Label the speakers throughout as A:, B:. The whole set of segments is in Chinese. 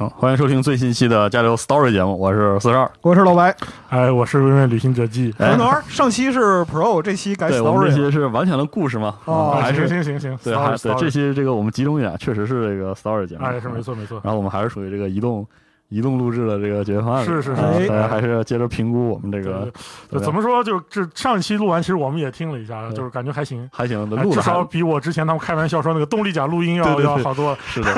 A: 嗯，欢迎收听最新期的《加流 Story》节目，我是四十二。
B: 我是老白。
C: 哎，我是永远旅行者记。
A: 哎
B: 等等会儿，上期是 Pro，这期改
A: 对我们这
B: Story
A: 些
B: 了
A: 是完全的故事嘛？
B: 哦
A: 嗯还
C: 行
A: 是
C: 行行行，
A: 对，还对
C: sorry，sorry
A: 这期这个我们集中一点，确实是这个 Story 节目，啊
C: 哎，是没。错没错，
A: 然后我们还是属于这个移动移动录制的这个解决方案，
C: 是是是
A: 啊
B: 哎
A: 大家还是要接着评估我们这
C: 对
A: 个
C: 对对，怎么说？就这上一期录完，其实我们也听了一下，
A: 对
C: 就是感觉还行，
A: 还行的
C: 哎
A: 嗯录
C: 至
A: 的还
C: 少比我之前他们开玩笑说那个动力甲录音要
A: 对对对
C: 要好多。
A: 是 的，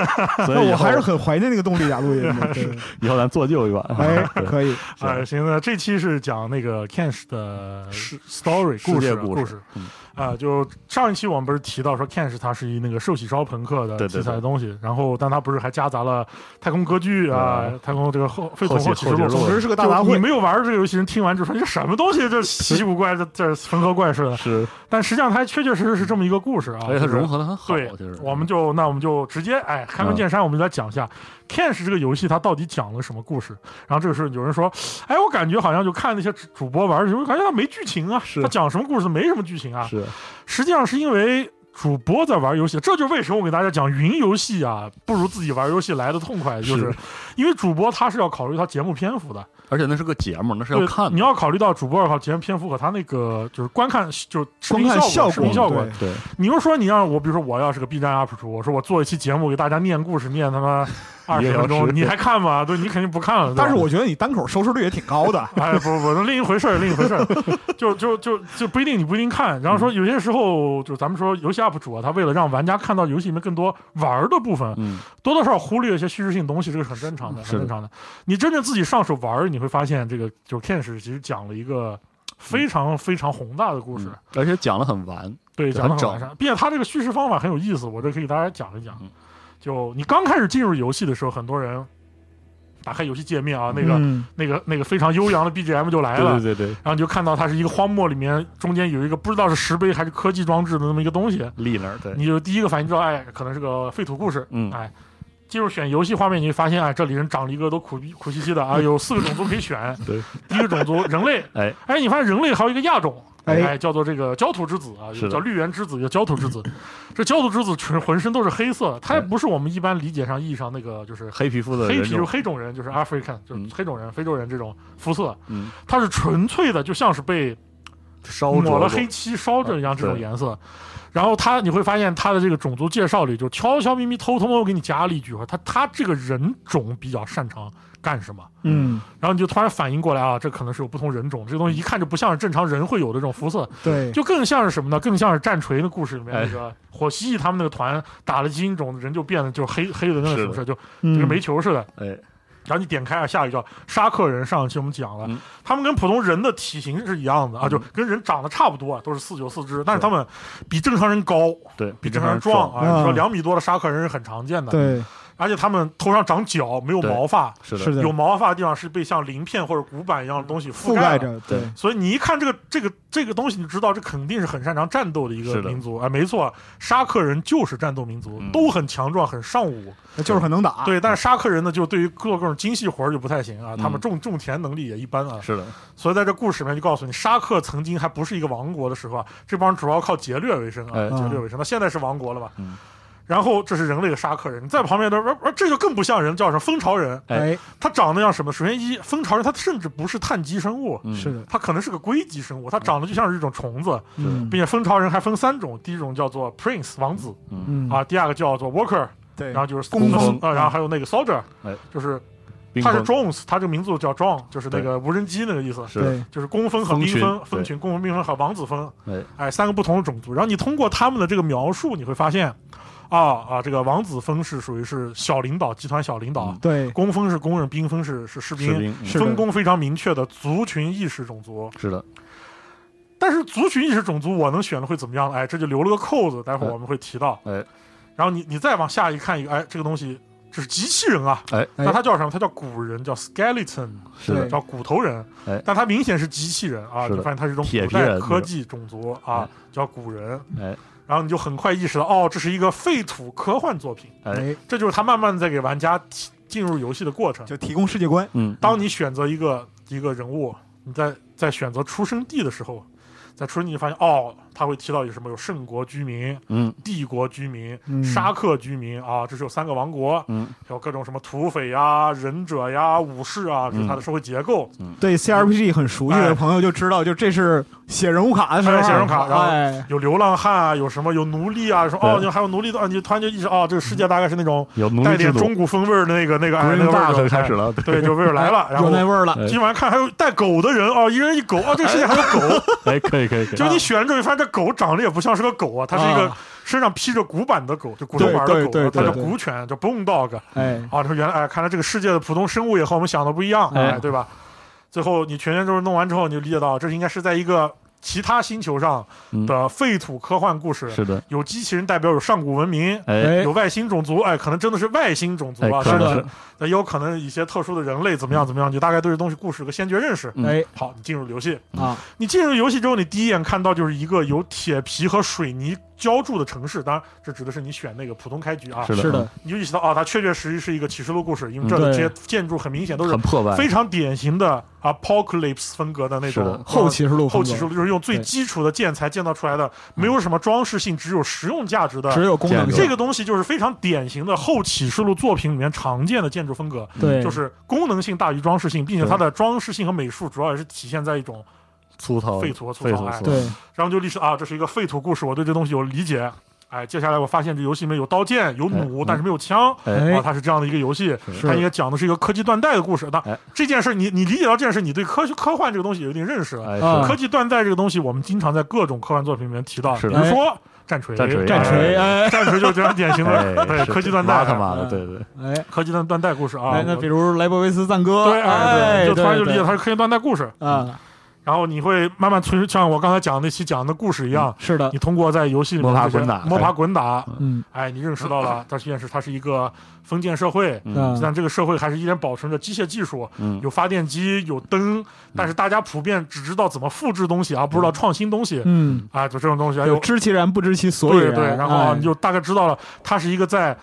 A: 所
B: 那
A: 以以
B: 我
A: 后
B: 还是很怀念那个动力甲录 音的。对
A: 以后咱做旧一版，啊
B: 哎，
A: 对
B: 可以，
A: 行
C: 哎，行，那这期是讲那个 Ken 的 story
A: 世
C: 故
A: 界
C: 事
A: 故
C: 故
A: 事嗯
C: 啊，就上一期我们不是提到说 Ken 是他是一那个受洗烧朋克
A: 对
C: 的
A: 对对
C: 题材的东西，然后但他不是还夹杂了太空歌剧啊
A: 对、
C: 太空这个后废
A: 后
C: 土
A: 起
C: 启
A: 后起
C: 示
A: 录
C: 录，
B: 总之是个大
C: 就
B: 杂
C: 你
B: 烩。
C: 没有玩过这个游戏人听完就说你这什么东西， 这稀奇古怪，这这缝合怪似的。
A: 是，
C: 但实际上它确确实实是这么一个故事啊。
A: 而且它
C: 就是
A: 融合的很好，
C: 对
A: 就是，嗯
C: 我们就那我们就直接哎开门见山，我们就来讲一下《Can 是这个游戏它到底讲了什么故事。然后这个时候有人说，哎，我感觉好像就看那些主主播玩的时候，感觉它没剧情啊，
A: 是
C: 它讲什么故事没什么剧情啊。
A: 是
C: 实际上是因为。主播在玩游戏，这就是为什么我给大家讲云游戏啊，不如自己玩游戏来的痛快，就是
A: 是
C: 因为主播他是要考虑他节目篇幅的，
A: 而且那是个节目，那是要
C: 对，
A: 看的，
C: 你要考虑到主播二号节目篇幅和他那个就是观看就是视
B: 观
C: 频
B: 看
C: 效
B: 效
C: 视频效果
B: 对。
A: 对，
C: 你就说你让我，比如说我要是个 B 站 UP 主，我说我做一期节目给大家念故事，念 他妈二
A: 一
C: 十
A: 个
C: 分
A: 小时
C: 钟，你还看吗？对你肯定不看了。对吧
B: 但是我觉得你单口收视率也挺高的。
C: 哎，不不不，那另一回事儿，另一回 事儿，就就就就不一定，你不一定看。然后
A: 嗯
C: 说有些时候，就咱们说游戏 UP 主啊，他为了让玩家看到游戏里面更多玩儿的部分，
A: 嗯，
C: 多多少少忽略一些叙事性东西，这个是很正常的，
A: 是的
C: 很正常的。你真正自己上手玩儿，你会发现这个就是 Ken 是其实讲了一个非常非常宏大的故事，
A: 嗯而且讲的很完，对
C: 对，讲的
A: 很
C: 很
A: 整
C: 完善，并且他这个叙事方法很有意思，我这可以给大家讲一讲。
A: 嗯
C: 就你刚开始进入游戏的时候，很多人打开游戏界面啊，那个、
B: 嗯，
C: 那个那个非常悠扬的 BGM 就来了。
A: 对对对对，
C: 然后你就看到它是一个荒漠里面，中间有一个不知道是石碑还是科技装置的那么一个东西，
A: 立那儿对，
C: 你就第一个反应知道，哎，可能是个废土故事，
A: 嗯
C: 哎，进入选游戏画面，你就发现，哎，这里人长了一个都苦逼苦兮兮的啊，有四个种族可以选，
A: 嗯 对，
C: 第一个种族人类，
A: 哎
C: 哎，你发现人类还有一个亚种，
B: 哎，
C: 哎，叫做这个焦土之子啊，
A: 是的
C: 叫绿原之子，叫焦土 之子。这焦土之子全浑身都是黑色的，他也不是我们一般理解上意义上那个就是
A: 黑皮肤的
C: 黑
A: 人
C: 皮
A: 种
C: 肤黑种人，就是 African，就是
A: 嗯
C: 黑种人、非洲人这种肤色，
A: 嗯，
C: 他是纯粹的，就像是被
A: 烧
C: 抹
A: 灼
C: 了
A: 过
C: 黑漆烧着一样
A: 啊
C: 这种
A: 对
C: 颜色。然后他，你会发现他的这个种族介绍里，就悄悄咪咪、偷偷摸摸给你加了一句话，他他这个人种比较擅长干什么。
B: 嗯，
C: 然后你就突然反应过来啊，这可能是有不同人种，这个东西一看就不像是正常人会有的这种肤色，
B: 对，
C: 就更像是什么呢？更像是战锤的故事里面
A: 嗯哎
C: 那个火蜥蜴他们那个团打了基因种，人就变得就是黑黑的那个
A: 是
C: 什
A: 的
C: 么事，就
B: 嗯
C: 就跟煤球似的。
A: 哎，
C: 然后你点开啊，下一个叫沙克人，上一期我们讲了
A: 嗯，
C: 他们跟普通人的体型是一样的啊，
A: 嗯
C: 就跟人长得差不多，都是四九四肢，但是他们比正常人高，
A: 对，
C: 比
A: 正常
C: 正常
A: 人
C: 人壮
A: 啊，
C: 啊。你说
B: 嗯
C: 两米多的沙克人是很常见的，
B: 对，
C: 而且他们头上长角，没有
A: 对
C: 毛发，
A: 是
B: 是
A: 的，
B: 的，
C: 有毛发的地方是被像鳞片或者骨板一样的东西
B: 覆
C: 盖
B: 盖
C: 了。
B: 着，
A: 对
B: 对，
C: 所以你一看这个这个这个东西，你就知道这肯定是很擅长战斗的一个
A: 是的
C: 民族啊、哎没错，沙克人就是战斗民族，
A: 嗯
C: 都很强壮，很尚武。
B: 就是很能打，
C: 对，但是沙克人呢，就对于做各种精细活儿就不太行啊，
A: 啊嗯
C: 他们种种田能力也一般啊。
A: 是的，
C: 所以在这故事里面就告诉你，沙克曾经还不是一个王国的时候啊，这帮人主要靠劫掠为生啊，
A: 哎
C: 劫掠为生。那现在是王国了嘛？
A: 嗯
C: 然后这是人类的沙克人，你在旁边的说，呃呃这就更不像人，叫什么蜂巢人？
B: 哎，
C: 他长得像什么？首先一，蜂巢人他甚至不是碳基生物，
A: 嗯
B: 是的，
C: 它可能是个硅基生物，它长得就像是一种虫子，
B: 嗯
C: 并且蜂巢人还分三种，第一种叫做 prince 王子
B: 嗯
C: 啊，第二个叫做 worker，
B: 对，
C: 然后就是
B: 工
A: 蜂
C: 啊，然后还有那个 soldier，
A: 哎
C: 就是
A: 冰
C: 他是
A: 封
C: drones，他这个名字叫 drone，就是那个无人机那个意思。
A: 是的，
B: 对，
C: 就是工蜂和
A: 蜂
C: 冰
A: 群
C: 蜂
A: 对
C: 蜂群，工蜂、冰蜂和王子蜂，
A: 哎，
C: 哎，三个不同的种族。然后你通过他们的这个描述，你会发现，啊啊，这个王子蜂是属于是小领导集团小领导，
B: 对，
C: 工蜂是工人，冰蜂是是士
A: 嗯士
C: 兵，
A: 兵嗯
B: 是的
C: 分工非常明确的族群意识种族。
A: 是的，
C: 但是族群意识种族我能选了会怎么样呢？哎，这就留了个扣子，待会儿
A: 哎
C: 我们会提到。
A: 哎，
C: 然后你你再往下一看一个，哎，这个东西这是机器人啊，
A: 哎，
C: 那它叫什么？它叫古人，叫 skeleton，
A: 是的
B: 对，
C: 叫骨头人。
A: 哎
C: 但它明显是机器人啊，
A: 是的
C: 就发现它是一种
A: 铁
C: 古
A: 皮
C: 代
A: 人
C: 科技种族啊
A: 哎，
C: 叫古人。
A: 哎，
C: 然后你就很快意识到，哦，这是一个废土科幻作品，
A: 哎，
B: 哎，
C: 这就是它慢慢在给玩家提进入游戏的过程。
B: 就提供世界观，
A: 嗯，
C: 当你选择一个一个人物，你在在选择出生地的时候，在出生地你发现哦，他会提到有什么有圣国居民、
A: 嗯
C: 帝国居民、
B: 嗯
C: 沙克居民啊，这是有三个王国，
A: 嗯，
C: 还有各种什么土匪呀、忍者呀、武士啊，这是它
A: 嗯
C: 的社会结构。
B: 对
C: 嗯
B: CRPG 很熟悉的朋友就知道，就这是写人物卡的时候，
C: 哎写人物卡然后
B: 哎，
C: 有流浪汉啊，有什么有奴隶啊，说哦，
A: 对
C: 就还有奴隶的，啊你突然就意识哦，这个世界大概是那种
A: 有奴
C: 带
A: 隶制
C: 点
A: 度
C: 中古风味儿的那个那个，哎，那
A: Green
C: 个味儿
A: Duck
C: 就
A: 开始
C: 哎
A: 了，
C: 对，就味儿来 了，然
B: 有
C: 后
B: 那味儿了，
A: 哎
C: 今晚看还有带狗的人哦，一人一狗哦，这个世界还有 狗，
A: 哎，可以可以可以，
C: 就你选了之后，发现这狗长得也不像是个狗啊，它是一个
B: 啊
C: 身上披着骨板的狗，就骨头板的
B: 对
C: 狗
B: 对
C: 啊，它
B: 对
C: 叫
B: 对
C: 骨犬，叫 bone dog。
B: 哎，
C: 啊，他说原来哎，看来这个世界的普通生物也和我们想的不一样，
A: 哎
C: 哎，对吧？最后你全员都是弄完之后，你就理解到这应该是在一个其他星球上的废土科幻故事，
A: 嗯啊是的，
C: 有机器人代表，有上古文明。
A: 哎
C: 有外星种族，哎，可能真的是外星种族
A: 哎，
C: 啊，
A: 可
C: 甚
A: 能
C: 至
A: 是
C: 也有可能一些特殊的人类怎么样怎么样，你大概对这东西故事有个先决认识。
A: 嗯
B: 哎
C: 好，你进入游戏，
B: 啊，
C: 你进入游戏之后，你第一眼看到就是一个有铁皮和水泥浇筑的城市，当然这指的是你选那个普通开局啊，
B: 是的，
C: 你就意识到啊，它确确实实是一个启示录故事，因为
A: 嗯
C: 这这
B: 对
C: 些建筑很明显都是
A: 很破败，
C: 非常典型的 apocalypse 风格的那
A: 是
C: 种
A: 的
B: 后期是录
C: 后期是就是用最
B: 对嗯
C: 基础的建材建造出来的，没有什么装饰性，只有实用价值
B: 只
C: 的。
B: 有功能
A: 建
B: 性
C: 这，个东西就是非常典型的后启示录作品里面常见的建筑风格，
B: 对，
C: 就是功能性大于装饰性，并且
A: 对
C: 它的装饰性和美术主要也是体现在一种
A: 粗糙，
C: 废土和粗
A: 废
C: 糙。
A: 土
C: 哎
A: 粗，
B: 对，
C: 然后就历史啊，这是一个废土故事，我对这东西有理解。哎，接下来我发现这游戏里面有刀剑、有弩，
A: 哎
C: 但是没有枪。啊，
B: 嗯哎，
C: 它是这样的一个游戏，
B: 是
C: 它应该讲的是一个科技断代的故事。那
A: 哎
C: 这件事，你你理解到这件事，你对科学科幻这个东西有一定认识了。
A: 哎，
B: 啊
A: 是
C: 科技断代这个东西，我们经常在各种科幻作品里面提到，比
A: 是
C: 如
A: 的
C: 说战锤，
A: 战锤
C: 哎
B: 战锤，哎
C: 战锤就是非常典型的
A: 哎
C: 对
A: 是
C: 科技断啊
A: 挖
C: 代，
A: 他妈的，
B: 哎
A: 对对，
B: 哎，
C: 科技断断代故事啊
B: 哎，。那
C: 我
B: 比如莱博维斯赞歌，
C: 对，哎，
B: 哎，
C: 对就突然就嗯理解
B: 对
C: 它是科技断代故事，
B: 对啊，
C: 然后你会慢慢从像我刚才讲的那期讲的故事一样，
B: 是的
C: 你，通过在游戏里面
A: 摸爬
C: 这些
A: 滚打
C: 摸爬滚打，
B: 嗯，
C: 哎，你认识到了，它现实它是一个封建社会，
A: 嗯
B: 啊
C: 但这个社会还是依然保存着机械技术，
A: 嗯
C: 有发电机，有灯，但是大家普遍只知道怎么复制东西啊，不知道创新东西
B: 嗯，
C: 啊，就这种东西，还
B: 就
C: 有
B: 知其然不知其所以
C: 对
B: 然，
C: 对，然后啊
B: 哎
C: 你就大概知道了，它是一个在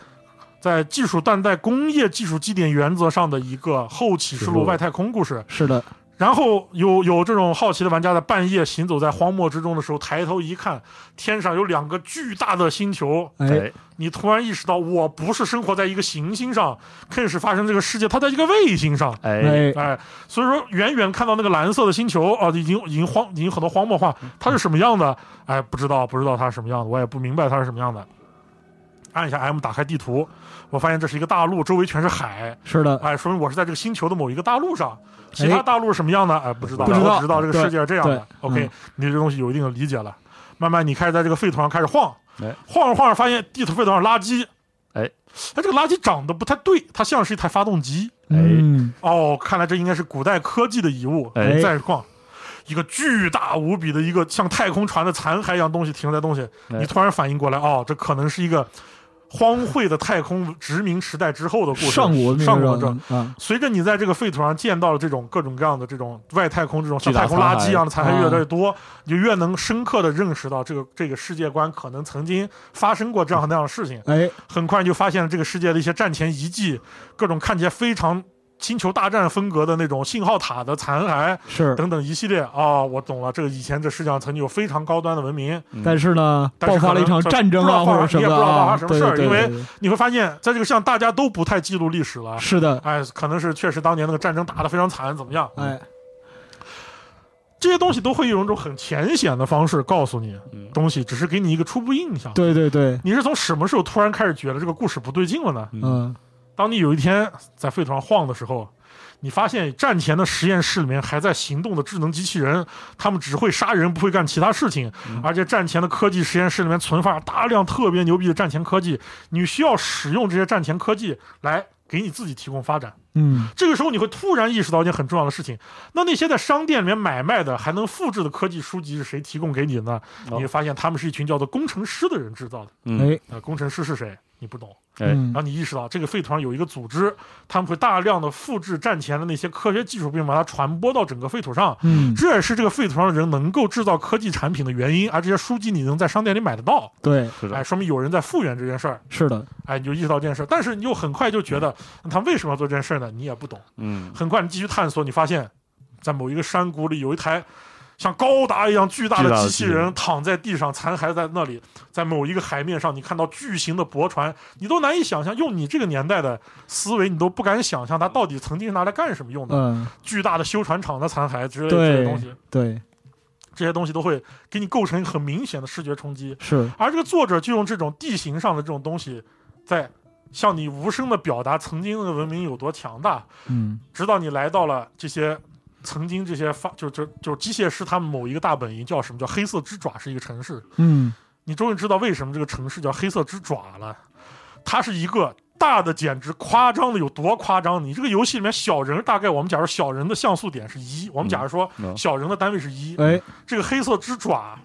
C: 在技术断代、工业技术基点原则上的一个后启示
A: 是
C: 录
A: 的
C: 外太空故事。
B: 是的，
C: 然后有有这种好奇的玩家在半夜行走在荒漠之中的时候，抬头一看，天上有两个巨大的星球，
A: 嗯
B: 哎，
C: 你突然意识到，我不是生活在一个行星上，K 是发生这个世界，它在一个卫星上。
A: 哎，
B: 哎，
C: 哎，所以说远远看到那个蓝色的星球啊，已经已经荒，已经很多荒漠化，
B: 嗯
C: 它是什么样的？哎，不知道，不知道它是什么样的，我也不明白它是什么样的。按一下 M 打开地图，我发现这是一个大陆，周围全是海，
B: 是的，
C: 哎，说明我是在这个星球的某一个大陆上。其他大陆是什么样的？哎，不知道，
B: 不知道
C: 我只知道这个世界是这样的。
B: 对
C: OK，、
B: 嗯
C: 你对这东西有一定的理解了。慢慢你开始在这个废土上开始晃，
A: 哎
C: 晃着晃着发现地图废土上垃圾，
A: 哎，
C: 它这个垃圾长得不太对，它像是一台发动机。
B: 嗯，
C: 哦，看来这应该是古代科技的遗物。
A: 哎
C: 再逛，一个巨大无比的一个像太空船的残骸一样东西停在东西，
A: 哎
C: 你突然反应过来，哦，这可能是一个荒废的太空殖民时代之后的故事。
B: 上古那
C: 上古
B: 个
C: 这。
B: 啊，
C: 随着你在这个废土上见到了这种各种各样的这种外太空这种像
A: 巨大
C: 太空垃圾一样的残
B: 残骸
C: 骸越来越多，你就越能深刻的认识到这个这个世界观可能曾经发生过这样和那样的事情。
B: 哎，
C: 很快就发现了这个世界的一些战前遗迹，各种看起来非常星球大战风格的那种信号塔的残骸
B: 是，
C: 等等一系列啊、我懂了，这个以前这世界上曾经有非常高端的文明，
B: 但是呢，
C: 但是
B: 爆
C: 可
B: 发了一场
C: 能
B: 战争啊，
C: 不知
B: 或
C: 道
B: 者什么的啊，
C: 发生也不知道发生什么事儿
B: 对对对
C: 因为
B: 对
C: 你会发现在这个像大家都不太记录历史了。
B: 是的，
C: 哎，可能是确实当年那个战争打得非常惨，怎么样？
B: 哎，
C: 这些东西都会用一种很浅显的方式告诉你
A: 嗯
C: 东西，只是给你一个初步印象。
B: 对对对，
C: 你是从什么时候突然开始觉得这个故事不对劲了呢？
B: 嗯，
C: 当你有一天在废土上晃的时候，你发现战前的实验室里面还在行动的智能机器人，他们只会杀人不会干其他事情，而且战前的科技实验室里面存放大量特别牛逼的战前科技，你需要使用这些战前科技来给你自己提供发展。
B: 嗯，
C: 这个时候你会突然意识到一件很重要的事情，那那些在商店里面买卖的还能复制的科技书籍是谁提供给你的呢？
A: 哦
C: 你会发现他们是一群叫做工程师的人制造的。
A: 嗯
B: 哎，
C: 呃，工程师是谁？你不懂。
A: 哎
B: 嗯
C: 然后你意识到这个废土上有一个组织，他们会大量的复制战前的那些科学技术，并把它传播到整个废土上。
B: 嗯，
C: 这也是这个废土上的人能够制造科技产品的原因，而这些书籍你能在商店里买得到，
B: 对，
A: 是
C: 哎，
A: 的，
C: 说明有人在复原这件事儿，
B: 是的，
C: 哎，你就意识到这件事儿，但是你又很快就觉得那他为什么要做这件事儿呢？你也不懂。
A: 嗯，
C: 很快你继续探索，你发现，在某一个山谷里有一台像高达一样巨大
A: 巨大
C: 的
A: 的
C: 机器
A: 机器
C: 人
A: 人
C: 躺在地上，残骸在那里，在某一个海面上，你看到巨型的驳船，你都难以想象，用你这个年代的思维，你都不敢想象它到底曾经是拿来干什么用的。
B: 嗯，巨
C: 巨大的修船厂的残骸之类的这些东西，
B: 对，
C: 这些东西都会给你构成一个很明显的视觉冲击。
B: 是，
C: 而这个作者就用这种地形上的这种东西，在向你无声的表达曾经的文明有多强大。
B: 嗯，
C: 直到你来到了这些曾经这些发就就就机械师他们某一个大本营叫什么叫黑色之爪是一个城市，
B: 嗯，
C: 你终于知道为什么这个城市叫黑色之爪了，它是一个。大的简直夸张的有多夸张？你这个游戏里面小人大概我们假如小人的像素点是一，我们假如说
A: 嗯哦
C: 小人的单位是一，
B: 哎，
C: 这个黑色之爪，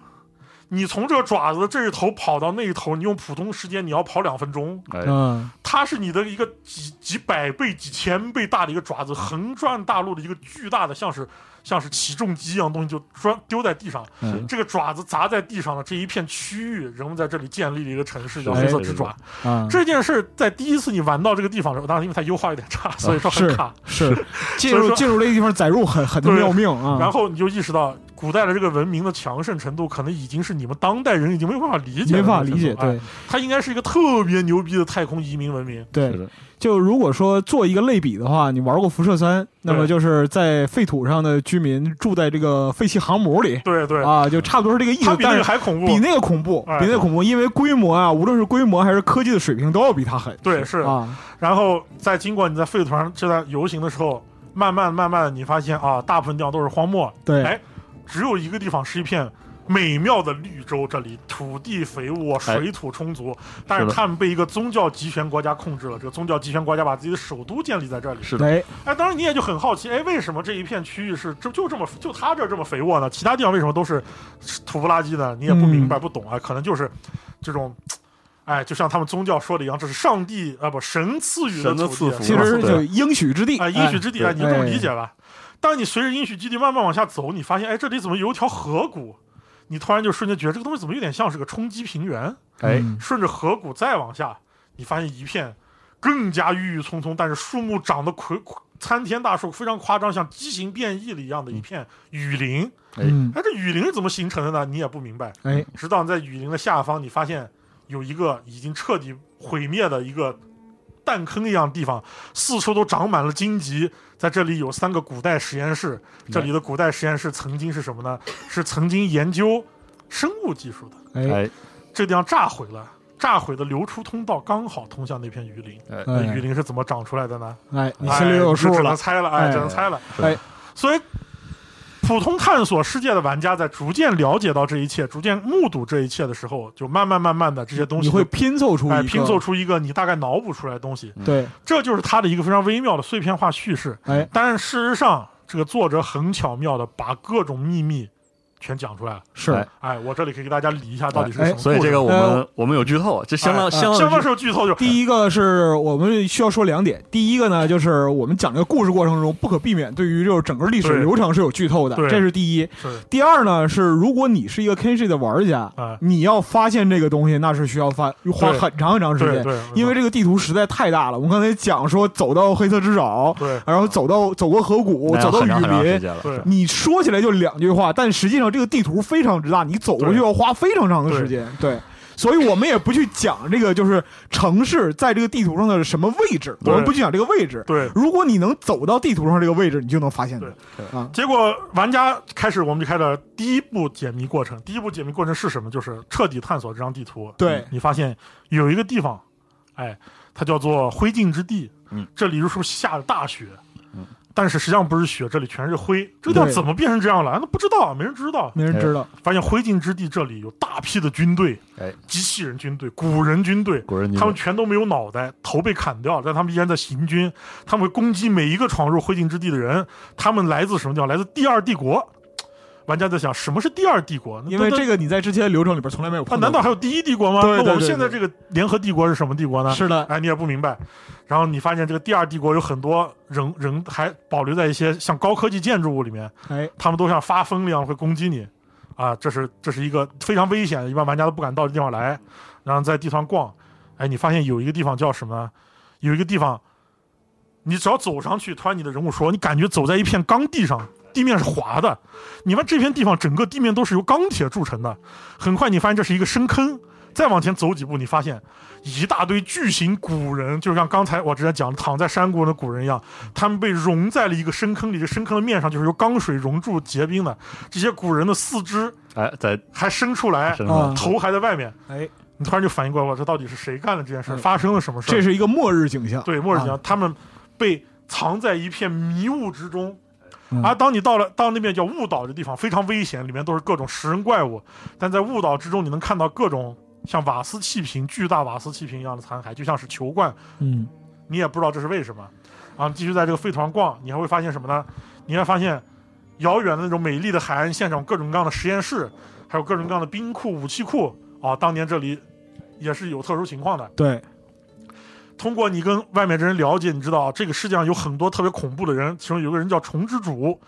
C: 你从这个爪子的这一头跑到那一头，你用普通时间你要跑两分钟，
A: 哎，
B: 嗯，
C: 它是你的一个几几百倍、几千倍大的一个爪子，横转大陆的一个巨大的，像是像是起重机一样的东西，就专丢在地上。
B: 嗯
C: 这个爪子砸在地上的这一片区域，人们在这里建立了一个城市，叫
A: 是
C: 黑色
A: 是
C: 之
A: 是
C: 爪。
B: 啊，
C: 这件事儿在第一次你玩到这个地方的时候，当然因为它优化有点差，所以说很
B: 是
C: 卡。
B: 是 进
C: 所以
B: 入
C: 说
B: 进入这个地方载入很很他妈
C: 对
B: 要命啊，
C: 然后你就意识到，古代的这个文明的强盛程度，可能已经是你们当代人已经没有办法理解
B: 没
C: 的那种程度，
B: 法理解，
C: 哎
B: 对
C: 它应该是一个特别牛逼的太空移民文明。
A: 是
B: 对。
A: 的，
B: 就如果说做一个类比的话，你玩过辐射三，那么
C: 对
B: 就是在废土上的居民住在这个废弃航母里
C: 对对，
B: 啊，就差不多是这个意
C: 它
B: 思，
C: 比那
B: 但
C: 个
B: 是。
C: 还恐怖，
B: 比那个恐怖，
C: 哎
B: 比那个恐怖，因为规模啊，无论是规模还是科技的水平，都要比它狠。
C: 对是
B: 啊，
C: 然后在经过你在废土上这段游行的时候，慢慢慢慢的你发现啊，大部分地方都是荒漠，哎
B: 对，
C: 只有一个地方是一片美妙的绿洲，这里土地肥沃，水土充足，但是
A: 是的
C: 他们被一个宗教集权国家控制了，这个宗教集权国家把自己的首都建立在这里。
A: 是的，
B: 哎，
C: 哎，当然你也就很好奇，哎，为什么这一片区域是就就这么就它这儿这么肥沃呢？其他地方为什么都是是土不拉几的？你也不明白、不懂
B: 嗯
C: 啊，可能就是这种。哎，就像他们宗教说的一样，这是上帝啊，不神赐予的
A: 神的
C: 土地
A: 赐福
B: 其实就应许之地
C: 啊，应许之地啊，
A: 哎
C: 你就这么理解吧。当你随着应许基地慢慢往下走，你发现，哎，这里怎么有一条河谷？你突然就瞬间觉得这个东西怎么有点像是个冲击平原？
A: 哎，
B: 嗯
C: 顺着河谷再往下，你发现一片更加郁郁葱葱，但是树木长得魁魁参天大树，非常夸张，像畸形变异了一样的一片雨林。
B: 嗯，
C: 哎，这雨林是怎么形成的呢？你也不明白。
B: 哎，
C: 直到你在雨林的下方，你发现有一个已经彻底毁灭的一个弹坑一样的地方，四处都长满了荆棘。在这里有三个古代实验室，这里的古代实验室曾经是什么呢？是曾经研究生物技术的。
B: 哎，
A: 哎
C: 这地方炸毁了，炸毁的流出通道刚好通向那片雨林。那雨
B: 哎，
C: 林是怎么长出来的呢？
B: 哎，你心里有
C: 哎
B: 数
C: 就只能
B: 了，
C: 猜了，哎，
B: 哎
C: 只能猜了，
B: 哎，
C: 所以。普通探索世界的玩家在逐渐了解到这一切、逐渐目睹这一切的时候，就慢慢慢慢的这些东西
B: 你
C: 就
B: 会拼凑出一
C: 哎
B: 个
C: 拼凑出一个你大概脑补出来的东西，
B: 对，
C: 这就是它的一个非常微妙的碎片化叙事。
B: 哎，
C: 但是事实上，这个作者很巧妙的把各种秘密全讲出来了。
B: 是啊
A: 哎
C: 哎，我这里可以给大家理一下到底是什么
B: 哎
C: 故事。
A: 所以这个我
B: 呃
A: 们我们有剧透，这相当
B: 哎
A: 相
C: 相
A: 当
C: 当
A: 于
C: 是剧透就是
B: 第一个是我们需要说两点，第一个呢，就是我们讲这个故事过程中不可避免，对于就是整个历史
C: 对
B: 流程是有剧透的
C: 对，
B: 这是第一。
C: 是
B: 第二呢是，如果你是一个 K G 的玩家，
C: 哎
B: 你要发现这个东西，那是需要发花很长很长时
C: 对
B: 间，
C: 对，
B: 因为这个地图实在太大了。我们刚才讲说，走到黑色之爪，
C: 对
B: 然后走到走过河谷，
A: 那要
B: 走到
A: 哎很
B: 雨
A: 长很长时
B: 林。
A: 间了，
C: 对
A: 是
B: 你说起来就两句话，但实际上这个地图非常之大，你走过去
C: 对
B: 要花非常长的时间。对，所以我们也不去讲这个，就是城市在这个地图上的什么位置，
C: 对
B: 我们不去讲这个位置。
C: 对，
B: 如果你能走到地图上这个位置，你就能发现它
C: 对。结果玩家开始，我们就开始了第一步解谜过程。第一步解谜过程是什么？就是彻底探索这张地图。
B: 对
C: 你发现有一个地方，哎，它叫做灰烬之地。
A: 嗯，
C: 这里是不是下了大雪？但是实际上不是雪，这里全是灰。这个地方
B: 对
C: 怎么变成这样了？那不知道，没人知道。
B: 没人知道。
C: 发现灰烬之地这里有大批的军队，
A: 哎，
C: 机器人军队、古人军队，
A: 古人军队
C: 他们全都没有脑袋，头被砍掉，但他们依然在行军，他们会攻击每一个闯入灰烬之地的人。他们来自什么地方？来自第二帝国。玩家在想，什么是第二帝国？
B: 因为
C: 那
B: 这个你在之前的流程里边从来没有
C: 啊，
B: 碰到
C: 难
B: 过。
C: 道还有第一帝国吗？
B: 对对
C: 那我们
B: 对
C: 现在这
B: 对
C: 个联合帝国是什么帝国呢？
B: 是的，
C: 哎，你也不明白。然后你发现这个第二帝国有很多人人还保留在一些像高科技建筑物里面，
B: 哎，
C: 他们都像发疯一样会攻击你，啊，这是这是一个非常危险的，一般玩家都不敢到的地方来。然后在地上逛，哎，你发现有一个地方叫什么呢？有一个地方，你只要走上去，突然你的人物说，你感觉走在一片钢地上，地面是滑的。你们这片地方整个地面都是由钢铁铸成的。很快你发现这是一个深坑，再往前走几步，你发现一大堆巨型古人，就像刚才我之前讲的躺在山谷的古人一样，他们被融在了一个深坑里，这深坑的面上就是由钢水熔铸结冰的。这些古人的四肢
A: 哎，在
C: 还伸出来，
A: 身上
B: 啊
C: 头还在外面。
B: 哎，
C: 你突然就反应过来，我这到底是谁干的这件事儿？
B: 嗯
C: 发生了什么事儿？
B: 这是一个末日景象。
C: 对，末日
B: 啊
C: 讲、他们被藏在一片迷雾之中。
B: 嗯
C: 而当你到了到那边叫雾岛的地方，非常危险，里面都是各种食人怪物。但在雾岛之中，你能看到各种像瓦斯气瓶、巨大瓦斯气瓶一样的残骸，就像是球罐
B: 嗯，
C: 你也不知道这是为什么。啊，继续在这个废土上逛，你还会发现什么呢？你还发现遥远的那种美丽的海岸线上，各种各样的实验室，还有各种各样的兵库、武器库啊。当年这里也是有特殊情况的。
B: 对，
C: 通过你跟外面的人了解，你知道啊这个世界上有很多特别恐怖的人，其中有个人叫虫之主，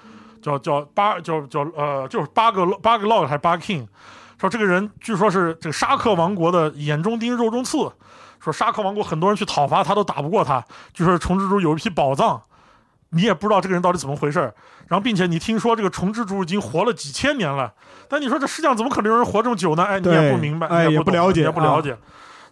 C: 叫叫八叫叫呃，就是八个八个 log 还是八 king，说这个人据说是这个沙克王国的眼中钉、肉中刺，说沙克王国很多人去讨伐他都打不过他，据说虫之主有一批宝藏。你也不知道这个人到底怎么回事儿，然后并且你听说这个虫之主已经活了几千年了，但你说这世界上怎么可能有人活这么久呢？哎，你也
B: 对
C: 不明白，
B: 哎
C: 你
B: 也
C: 不
B: 不
C: 懂
B: 了解
C: 你也不
B: 啊
C: 了解。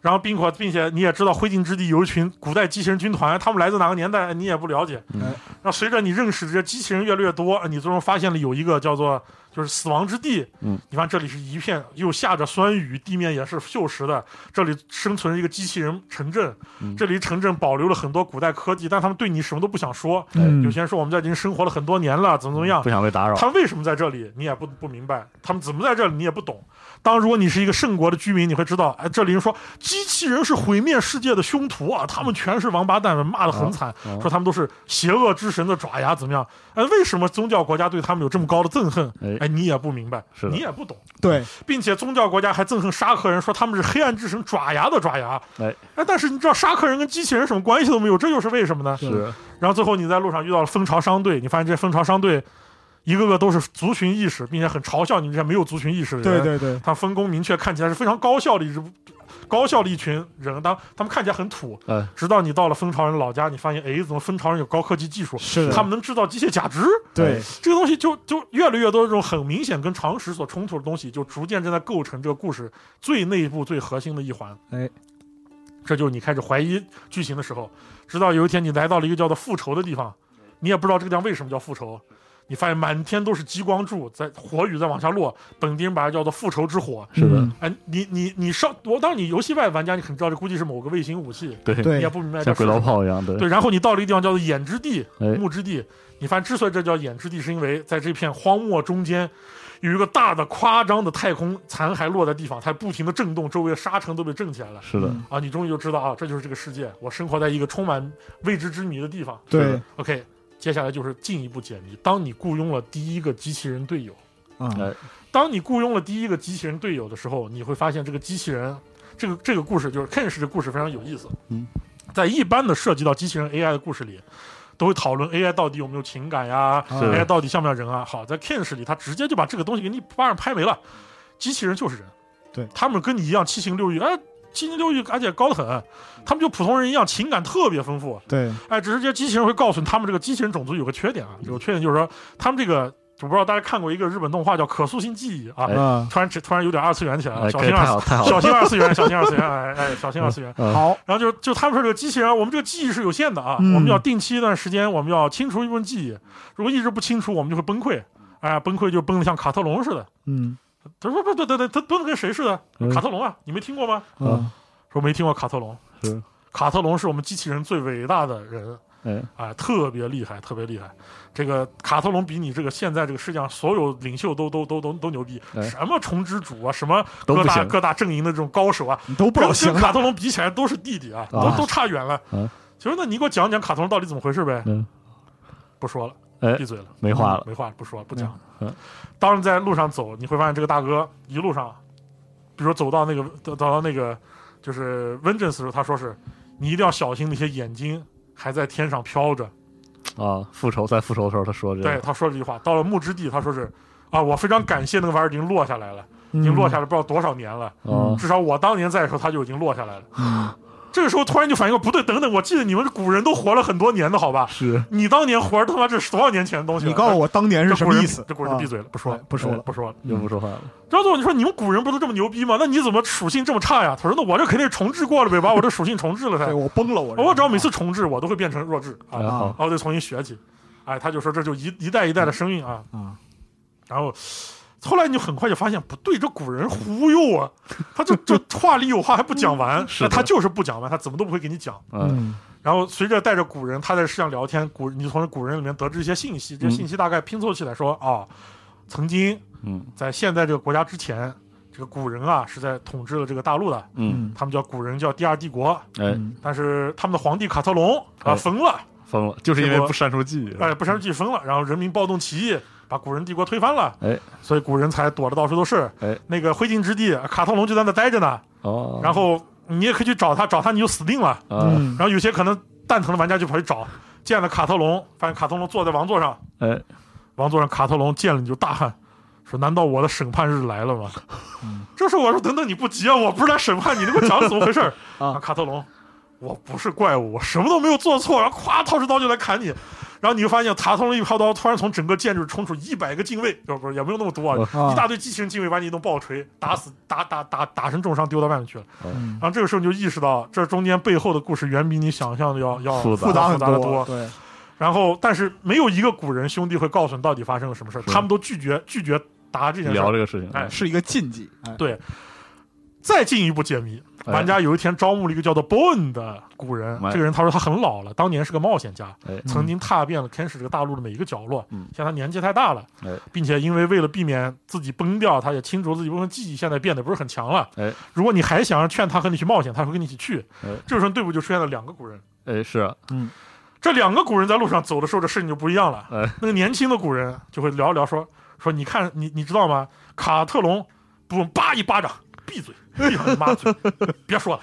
C: 然后并且并且你也知道灰烬之地有一群古代机器人军团，他们来自哪个年代哎你也不了解。
A: 嗯
C: 那随着你认识这些机器人越来越多，你最终发现了有一个叫做就是死亡之地。
A: 嗯，
C: 你看这里是一片又下着酸雨，地面也是锈蚀的，这里生存着一个机器人城镇，
A: 嗯
C: 这里城镇保留了很多古代科技，但他们对你什么都不想说。
B: 嗯
C: 有些人说我们在这里生活了很多年了，怎么怎么样
A: 嗯不。想被打扰，
C: 他们为什么在这里，你也不不明白；他们怎么在这里，你也不懂。当如果你是一个圣国的居民，你会知道，哎，这里人说机器人是毁灭世界的凶徒啊，他们全是王八蛋，骂得很惨，
A: 嗯
C: 说他们都是邪恶之神的爪牙，怎么样？哎，为什么宗教国家对他们有这么高的憎恨？
A: 哎
C: 哎，你也不明白，
A: 是的
C: 你也不懂，
B: 对，
C: 并且宗教国家还憎恨沙克人，说他们是黑暗之神爪牙的爪牙。
A: 哎，
C: 哎，但是你知道沙克人跟机器人什么关系都没有，这又是为什么呢？
A: 是
C: 然后最后你在路上遇到了蜂巢商队，你发现这些蜂巢商队一个个都是族群意识，并且很嘲笑你们这些没有族群意识的
B: 对
C: 人。对，
B: 对对，
C: 他分工明确，看起来是非常高效的一支高效的一群人，当他们看起来很土，
B: 哎
A: 嗯
C: 直到你到了蜂巢人老家，你发现哎，怎么蜂巢人有高科技技术？
B: 是的
C: 他们能制造机械假肢，
B: 对，
C: 这个东西就就越来越多这种很明显跟常识所冲突的东西，就逐渐正在构成这个故事最内部、最核心的一环。
B: 哎，
C: 这就是你开始怀疑剧情的时候，直到有一天你来到了一个叫做复仇的地方，你也不知道这个地方为什么叫复仇。你发现满天都是激光柱在火雨在往下落，本地人把它叫做复仇之火。
A: 是
B: 嗯
A: 的，
C: 哎，你你你上，我当你游戏外玩家，你肯定知道这估计是某个卫星武器，
A: 对，
C: 你
B: 对
C: 也不明白这
A: 像
C: 是
A: 轨
C: 什
A: 道
C: 么
A: 炮一样，对，
C: 对，然后你到了一个地方叫做眼之地、
A: 哎
C: 目之地，你发现之所以这叫眼之地，是因为在这片荒漠中间有一个大的夸张的太空残骸落在地方，它不停的震动，周围的沙尘都被震起来了。
A: 是的，
C: 啊，你终于就知道啊，这就是这个世界，我生活在一个充满未知之谜的地方。
A: 是
B: 对
A: 的，
C: OK，接下来就是进一步解谜。当你雇佣了第一个机器人队友，
B: 嗯，
A: 哎，
C: 当你雇佣了第一个机器人队友的时候，你会发现这个机器人，这个这个故事就是 Ken 是这个故事非常有意思。
A: 嗯，
C: 在一般的涉及到机器人 AI 的故事里，都会讨论 AI 到底有没有情感呀
A: 是
C: ，AI 到底像不像人啊？好，在 Ken 式里，他直接就把这个东西给你巴掌拍没了。机器人就是人，
B: 对
C: 他们跟你一样七情六欲，哎，七情六欲而且高得很，他们就普通人一样情感特别丰富。
B: 对，
C: 哎，只是这些机器人会告诉你，他们这个机器人种族有个缺点啊，有个缺点就是说，他们这个我不知道大家看过一个日本动画叫《可塑性记忆》啊，
A: 哎
B: 啊，
C: 突然突然有点二次元起来了，
A: 哎，
C: 小
A: 可以
C: 心
A: 太
C: 二
A: 好
C: 次
A: 太好
C: 小
A: 了，
C: 心二次元，小心二次元，哎哎，小心二次元。
A: 嗯
B: 好，
C: 然后就就他们说这个机器人，我们这个记忆是有限的啊，
B: 嗯
C: 我们要定期一段时间，我们要清除一部分记忆，如果一直不清除，我们就会崩溃，哎，崩溃就崩得像卡特隆似的。
B: 嗯
C: 他说不不对对，他崩得跟谁似的
A: 嗯？
C: 卡特隆啊，你没听过吗？
B: 啊，
C: 说没听过卡特隆
A: 是，
C: 卡特隆是我们机器人最伟大的人，
A: 哎，
C: 哎，特别厉害，特别厉害。这个卡特隆比你这个现在这个世界上所有领袖都都都都都牛逼，
A: 哎
C: 什么虫之主啊，什么
A: 都
C: 各
A: 不
C: 大
A: 行
C: 各大阵营的这种高手啊，
B: 你都不老
C: 跟
B: 行
C: 跟
B: 了，
C: 卡特隆比起来都是弟弟啊，
A: 啊
C: 都都差远了
A: 嗯。
C: 其实那你给我讲讲卡特隆到底怎么回事呗？
A: 嗯
C: 不说了，
A: 哎
C: 闭嘴了，
A: 没话了
C: 没话了，不说了，不讲
A: 嗯嗯。
C: 当时在路上走，你会发现这个大哥一路上，比如说走到那个走到那个就是温镇的时候，他说是你一定要小心那些眼睛还在天上飘着。
A: 啊，复仇在复仇的时候他说这
C: 嗯对，
A: 个，
C: 他说了这句话。到了木之地，他说是啊，我非常感谢那个玩意儿已经落下来了，已
B: 已
C: 经落下，了不知道多少年了，
A: 啊，
C: 至少我当年在的时候，它就已经落下来了。
B: 嗯
C: 这个时候突然就反应过来，不对，等等，我记得你们古人都活了很多年的好吧？
A: 是
C: 你当年活他妈这是多少年前的东西 了？
B: 你告诉我当年是
C: 这
B: 什
C: 古
B: 么
C: 人
B: 意思？
C: 这古人就闭
B: 嘴，
C: 嘴了，不说了
B: 哎，不说了
C: 不说了。
A: 又不说话了，
C: 张总，你说你们古人不都这么牛逼吗？那你怎么属性这么差呀？他说：“那我这肯定是重置过了呗，把我这属性重置了
B: 对
C: 噻。
B: 我崩了，我这
C: 哦我只要每次重置，我都会变成弱智啊。
A: 哎好，
C: 然后再重新学起。哎，他就说这就一一代一代的生运啊
B: 嗯啊
C: 然后后来你就很快就发现不对，这古人忽悠啊，他就就话里有话还不讲完，
A: 是
C: 那
A: 的
C: 他就是不讲完，他怎么都不会给你讲。
A: 嗯，
C: 然后随着带着古人，他在世上聊天，古你就从古人里面得知一些信息，这些信息大概拼凑起来说啊，曾经
A: 嗯
C: 在现在这个国家之前，这个古人啊是在统治了这个大陆的，
A: 嗯，
C: 他们叫古人叫第二帝国，
A: 哎，
C: 但是他们的皇帝卡特隆啊
A: 哎
C: 疯了。
A: 疯了，就是因
C: 结
A: 为
C: 果
A: 不删除啊记忆，
C: 哎，不删除记封了，然后人民暴动起义，把古人帝国推翻了，
A: 哎，
C: 所以古人才躲得到处都是。
A: 哎，
C: 那个灰烬之地，卡特隆就在那待着呢。
A: 哦，
C: 然后嗯你也可以去找他，找他你就死定了。
B: 嗯
A: 啊，
C: 然后有些可能蛋疼的玩家就跑去找，见了卡特隆，发现卡特隆坐在王座上，
A: 哎，
C: 王座上卡特隆见了你就大喊。说：“难道我的审判日来了吗？”
B: 嗯
C: 这时候我说：“等等，你不急啊，我不是来审判你，你给我讲怎么回事儿
B: 啊
C: 卡特隆，我不是怪物，我什么都没有做错，然后咵掏出刀就来砍你，然后你就发现卡特隆一抛刀，突然从整个建筑冲出一百个警卫，不不是也没有那么多啊，
B: 啊
C: 一大堆机器人警卫把你一顿暴锤，打死打打打打成重伤，丢到外面去了。
B: 嗯
C: 然后这个时候你就意识到，这中间背后的故事远比你想象的要要
A: 复杂
B: 复杂
C: 复
B: 很
C: 杂的
B: 多，对，
C: 然后，但是没有一个古人兄弟会告诉你到底发生了什么事儿，
A: 是
C: 他们都拒绝拒绝答这件事
A: 聊
C: 儿。
A: 这个事情，
C: 哎
B: 是一个禁忌，哎
C: 对再进一步解谜，
A: 哎
C: 玩家有一天招募了一个叫做 Bone 的古人
A: 哎，
C: 这个人他说他很老了，当年是个冒险家，
A: 哎
C: 曾经踏遍了天使这个大陆的每一个角落。
A: 嗯
C: 现在他年纪太大了，
A: 哎
C: 并且因为为了避免自己崩掉，他也清除自己部分记忆，现在变得不是很强了。
A: 哎
C: 如果你还想要劝他和你去冒险，他会跟你一起去。
A: 哎
C: 这个时候队伍就出现了两个古人，
A: 哎是啊，
C: 这两个古人在路上走的时候，这事情就不一样了。
B: 嗯
A: 哎
C: 那个年轻的古人就会聊一聊说说，你看你你知道吗？卡特隆不叭一巴掌，闭嘴，闭上你妈嘴， 别说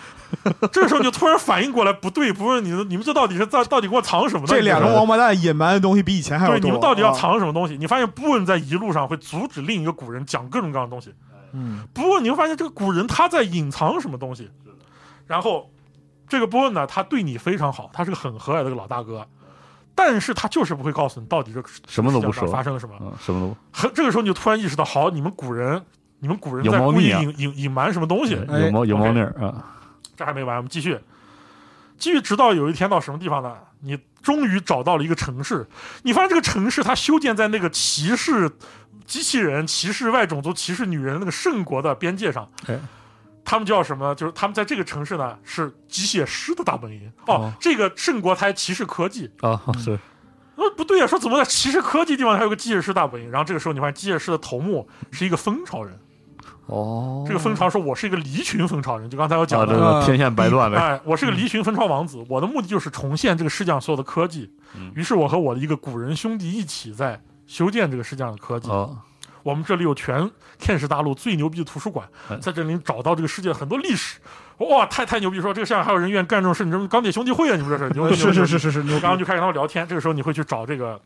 C: 了。这个时候就突然反应过来，不对，不是你们你们这到底是在到底给我藏什么呢？
B: 这两个
C: 你们
B: 王八蛋隐瞒的东西比以前还要
C: 对
B: 多，
C: 你们到底要
B: 啊？
C: 藏什么东西？你发现布恩在一路上会阻止另一个古人讲各种各样的东西，
B: 嗯
C: 不过你会发现这个古人他在隐藏什么东西。然后这个波恩呢，他对你非常好，他是个很和蔼的一个老大哥，但是他就是不会告诉你到底这个
A: 什么都不
C: 世界上
A: 说
C: 发生了什么。
A: 嗯，什么都
C: 很这个时候你就突然意识到，好，你们古人，你们古人
A: 有
C: 在
A: 猫
C: 故意
A: 腻啊
C: 隐隐隐瞒什么东西。
B: 哎
A: 有猫有猫腻儿啊，
C: 这还没完，我们继续，继续，直到有一天到什么地方呢？你终于找到了一个城市，你发现这个城市它修建在那个歧视机器人、歧视外种族、歧视女人那个圣国的边界上。
A: 哎
C: 他们叫什么呢？就是他们在这个城市呢是机械师的大本营哦。
A: 哦
C: 这个圣国它还歧视科技，
A: 啊是
C: 呃，不对呀、说怎么在歧视科技地方还有个机械师大本营？然后这个时候你发现机械师的头目是一个蜂巢人，
A: 哦，
C: 这个蜂巢说我是一个离群蜂巢人，就刚才我讲
A: 啊，
C: 的
A: 这个天下白乱呗，
C: 哎，我是
B: 嗯
C: 个离群分巢王子，我的目的就是重现这个世界上所有的科技。
A: 嗯
C: 于是，我和我的一个古人兄弟一起在修建这个世界上的科技。
A: 哦，
C: 我们这里有全天使大陆最牛逼的图书馆
A: 哎，
C: 在这里找到这个世界很多历史。哇，太太牛逼！说这个世界上还有人愿意干这种事，你这不钢铁兄弟会啊？你们这是牛逼牛
B: 是
C: 逼
B: 是是是是，牛
C: 我
B: 逼
C: 刚刚就开始跟他们聊天，这个时候你会去找这个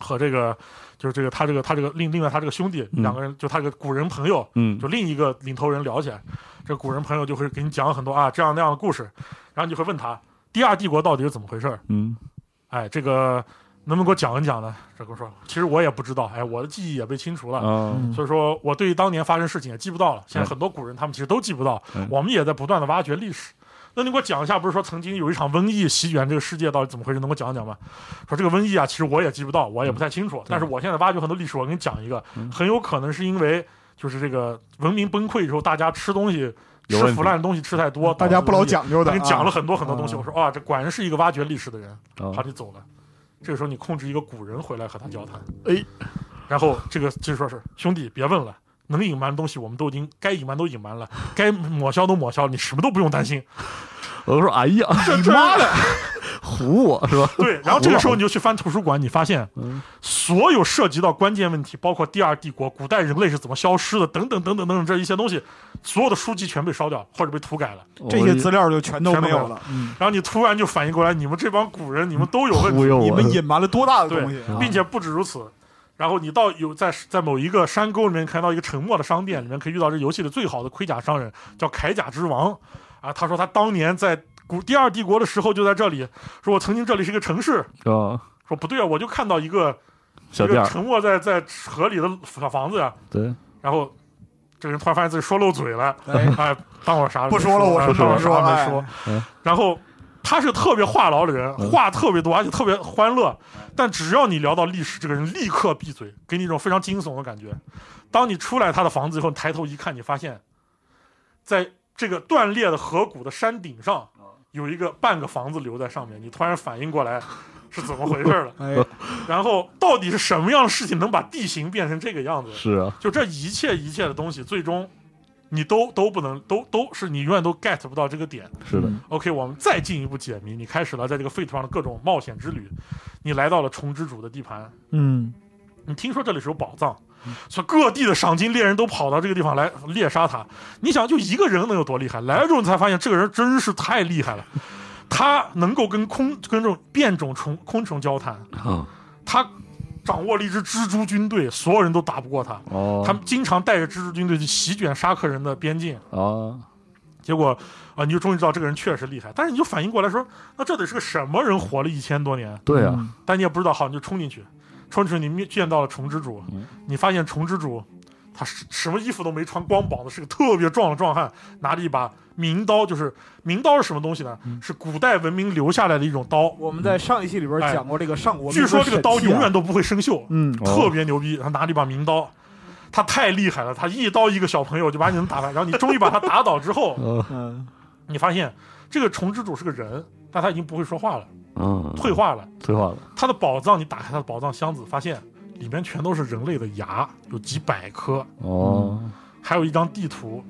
C: 和这个就是这个他这个他这个另另外他这个兄弟
A: 嗯
C: 两个人，就他这个古人朋友，
A: 嗯
C: 就另一个领头人聊起来，这古人朋友就会给你讲很多啊这样那样的故事，然后你就会问他第二帝国到底是怎么回事儿？
A: 嗯
C: 哎，这个能不能给我讲一讲呢？这跟我说，其实我也不知道，哎，我的记忆也被清除了。
A: 啊
B: 嗯
C: 所以说，我对于当年发生事情也记不到了。现
A: 嗯
C: 在很多古人他们其实都记不到，
A: 嗯
C: 我们也在不断的挖掘历史。那你给我讲一下，不是说曾经有一场瘟疫席卷这个世界，到底怎么回事？能给我讲讲吗？说这个瘟疫啊，其实我也记不到，我也不太清楚。
A: 嗯
C: 但是我现在挖掘很多历史，我给你讲一个，很有可能是因为就是这个文明崩溃之后，大家吃东西
A: 有
C: 吃
A: 问题
C: 腐烂的东西吃太多，
B: 嗯大家不老。讲究
C: 我
B: 的，
C: 给你讲了很多很多东西，
A: 嗯
B: 啊
C: 我说啊，这果然是一个挖掘历史的人。嗯好，
A: 啊，
C: 你走了。这个时候你控制一个古人回来和他交谈，
A: 哎，
C: 然后这个就说是兄弟，别问了。能隐瞒的东西我们都已经该隐瞒都隐瞒了，该抹消都抹消，你什么都不用担心。
A: 我说哎呀，
B: 你妈的，
A: 唬我是吧？
C: 对，然后这个时候你就去翻图书馆，你发现
A: 嗯
C: 所有涉及到关键问题，包括第二帝国、古代人类是怎么消失的，等等等等等等这一些东西，所有的书籍全被烧掉或者被涂改了。
B: 这些资料就全都没有了，
C: 然后你突然就反应过来，你们这帮古人，你们都有问题
A: 忽。悠
B: 你
A: 我
B: 们，隐瞒了多大的
C: 对
B: 东西？啊
C: 并且不止如此，然后你到有在在某一个山沟里面看到一个沉默的商店，里面可以遇到这游戏里最好的盔甲商人，叫铠甲之王，啊，他说他当年在古第二帝国的时候就在这里，说我曾经这里是一个城市，
A: 啊，
C: 说不对啊，我就看到一个
A: 小
C: 一
A: 店
C: 个
A: 儿，
C: 沉没在在河里的小房子呀、
A: 对，
C: 然后这个人突然发现自己说漏嘴了，
B: 哎
C: 哎，当我啥也没
B: 不说了，我
C: 哎
B: 什
C: 当
B: 么
C: 我
B: 都
C: 啥也
B: 哎
C: 没说，
A: 嗯
C: 然后他是个特别话痨的人，
A: 嗯
C: 话特别多，而且特别欢乐。但只要你聊到历史，这个人立刻闭嘴，给你一种非常惊悚的感觉。当你出来他的房子以后，你抬头一看，你发现，在这个断裂的河谷的山顶上，
B: 嗯
C: 有一个半个房子留在上面。你突然反应过来。是怎么回事 了？
B: 哎，
A: 呃
C: 然后到底是什么样的事情能把地形变成这个样子？
A: 是啊，
C: 就这一切一切的东西，最终你都都不能都都是你永远都 get 不到这个点。
A: 是的，
C: OK，我们再进一步解谜，你开始了在这个废土上的各种冒险之旅，你来到了虫之主的地盘，
B: 嗯，
C: 你听说这里是有宝藏，所以各地的赏金猎人都跑到这个地方来猎杀他。你想，就一个人能有多厉害？来了之后，你才发现这个人真是太厉害了，他能够跟空跟这种变种虫昆虫交谈，
A: 啊，
C: 他掌握了一支蜘蛛军队，所有人都打不过他。
A: 哦，
C: 他们经常带着蜘蛛军队去席卷沙克人的边境，
A: 啊，
C: 结果啊、你就终于知道这个人确实厉害。但是你就反应过来说，那这得是个什么人活了一千多年？
A: 对啊，
C: 但你也不知道，好，你就冲进去，冲进去你面见到了虫之主，你发现虫之主他什什么衣服都没穿，光膀子，是个特别壮的壮汉，拿着一把名刀，就是名刀是什么东西呢？是古代文明留下来的一种刀，
B: 我们在上一期里边讲过这个上国，
C: 据说这个刀永远，都不会生锈，
B: 啊嗯，
A: 哦，
C: 特别牛逼，他拿了一把名刀，他太厉害了，他一刀一个小朋友就把你能打败，然后你终于把他打倒之后
A: 嗯
B: 嗯，
C: 你发现这个虫之主是个人，但他已经不会说话了，
A: 嗯，
C: 退化了。
A: 退化了，
C: 他的宝藏，你打开他的宝藏箱子，发现里面全都是人类的牙，有几百颗，
A: 哦，
C: 还有一张地图。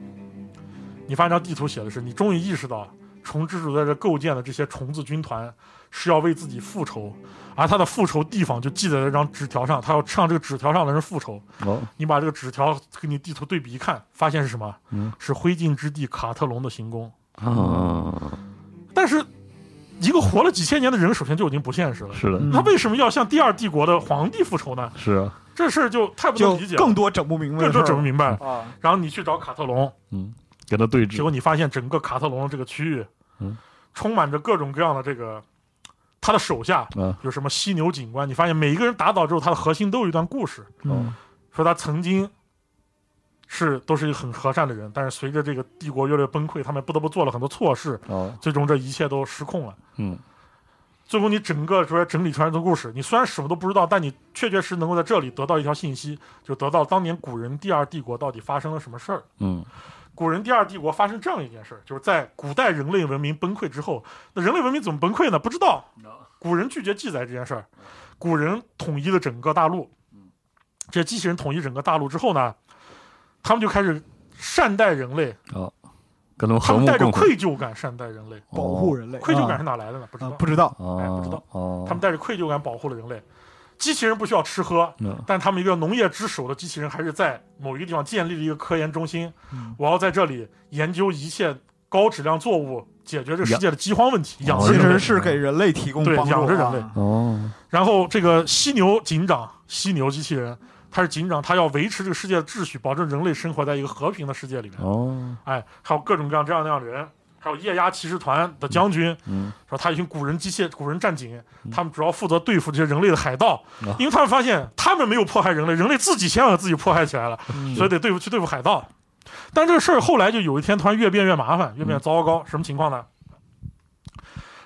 C: 你发现这张地图写的是，你终于意识到虫之主在这构建的这些虫子军团是要为自己复仇，而他的复仇地方就记在这张纸条上，他要向这个纸条上的人复仇。
A: 哦，
C: 你把这个纸条跟你地图对比一看，发现是什么？
A: 嗯
C: 是灰烬之地卡特隆的行宫。
A: 啊，
C: 但是，一个活了几千年的人，首先就已经不现实了。
A: 是的，
C: 他为什么要向第二帝国的皇帝复仇呢？
A: 是啊，
C: 这事儿就太不
B: 就
C: 能理解了，啊
B: 更多整不明白，
C: 更就整不明白了。
B: 啊，
C: 然后你去找卡特隆，
A: 嗯，跟它对
C: 结
A: 峙。
C: 果你发现整个卡特隆这个区域，
A: 嗯，
C: 充满着各种各样的这个他的手下
A: 嗯
C: 有什么犀牛警官，你发现每一个人打倒之后，他的核心都有一段故事，
A: 嗯
C: 说他曾经是都是一个很和善的人，但是随着这个帝国越来越崩溃，他们不得不做了很多错事，
A: 哦，
C: 最终这一切都失控了。
A: 嗯，
C: 最后你整个说整理出来的故事，你虽然什么都不知道，但你确确实实能够在这里得到一条信息，就得到当年古人第二帝国到底发生了什么事儿。
A: 嗯
C: 古人第二帝国发生这样一件事儿，就是在古代人类文明崩溃之后，那人类文明怎么崩溃呢？不知道。古人拒绝记载这件事儿，古人统一了整个大陆。这些机器人统一整个大陆之后呢，他们就开始善待人类，
A: 跟他们
C: 他
A: 和
C: 们
A: 睦
C: 带着
A: 共处，
C: 愧疚感善待人类。
B: 保护人类，
C: 愧疚
B: 啊
C: 感是哪来的呢？不知
B: 啊
C: 道，
B: 不知道，
A: 哦
C: 哎不知道
A: 哦，
C: 他们带着愧疚感保护了人类。机器人不需要吃喝，
A: 嗯
C: 但他们一个农业之首的机器人还是在某一个地方建立了一个科研中心，
B: 嗯
C: 我要在这里研究一切高质量作物，解决这个世界的饥荒问题，养
A: 养
C: 殖
B: 其
C: 哦人
B: 实
C: 类。
B: 是给人类提供
C: 对
B: 帮助啊，
C: 养着人类
A: 哦
C: 然后这个犀牛警长，犀牛机器人，他是警长，他要维持这个世界的秩序，保证人类生活在一个和平的世界里面。
A: 哦，
C: 哎，还有各种各样这样那样的人，还有夜鸦骑士团的将军，
A: 嗯
C: 说他一群古人机械、古人战警，他们主要负责对付这些人类的海盗，因为他们发现他们没有迫害人类，人类自己先把自己迫害起来了，
A: 嗯
C: 所以得对付去对付海盗。但这个事儿后来就有一天突然越变越麻烦，越变越糟糕，什么情况呢？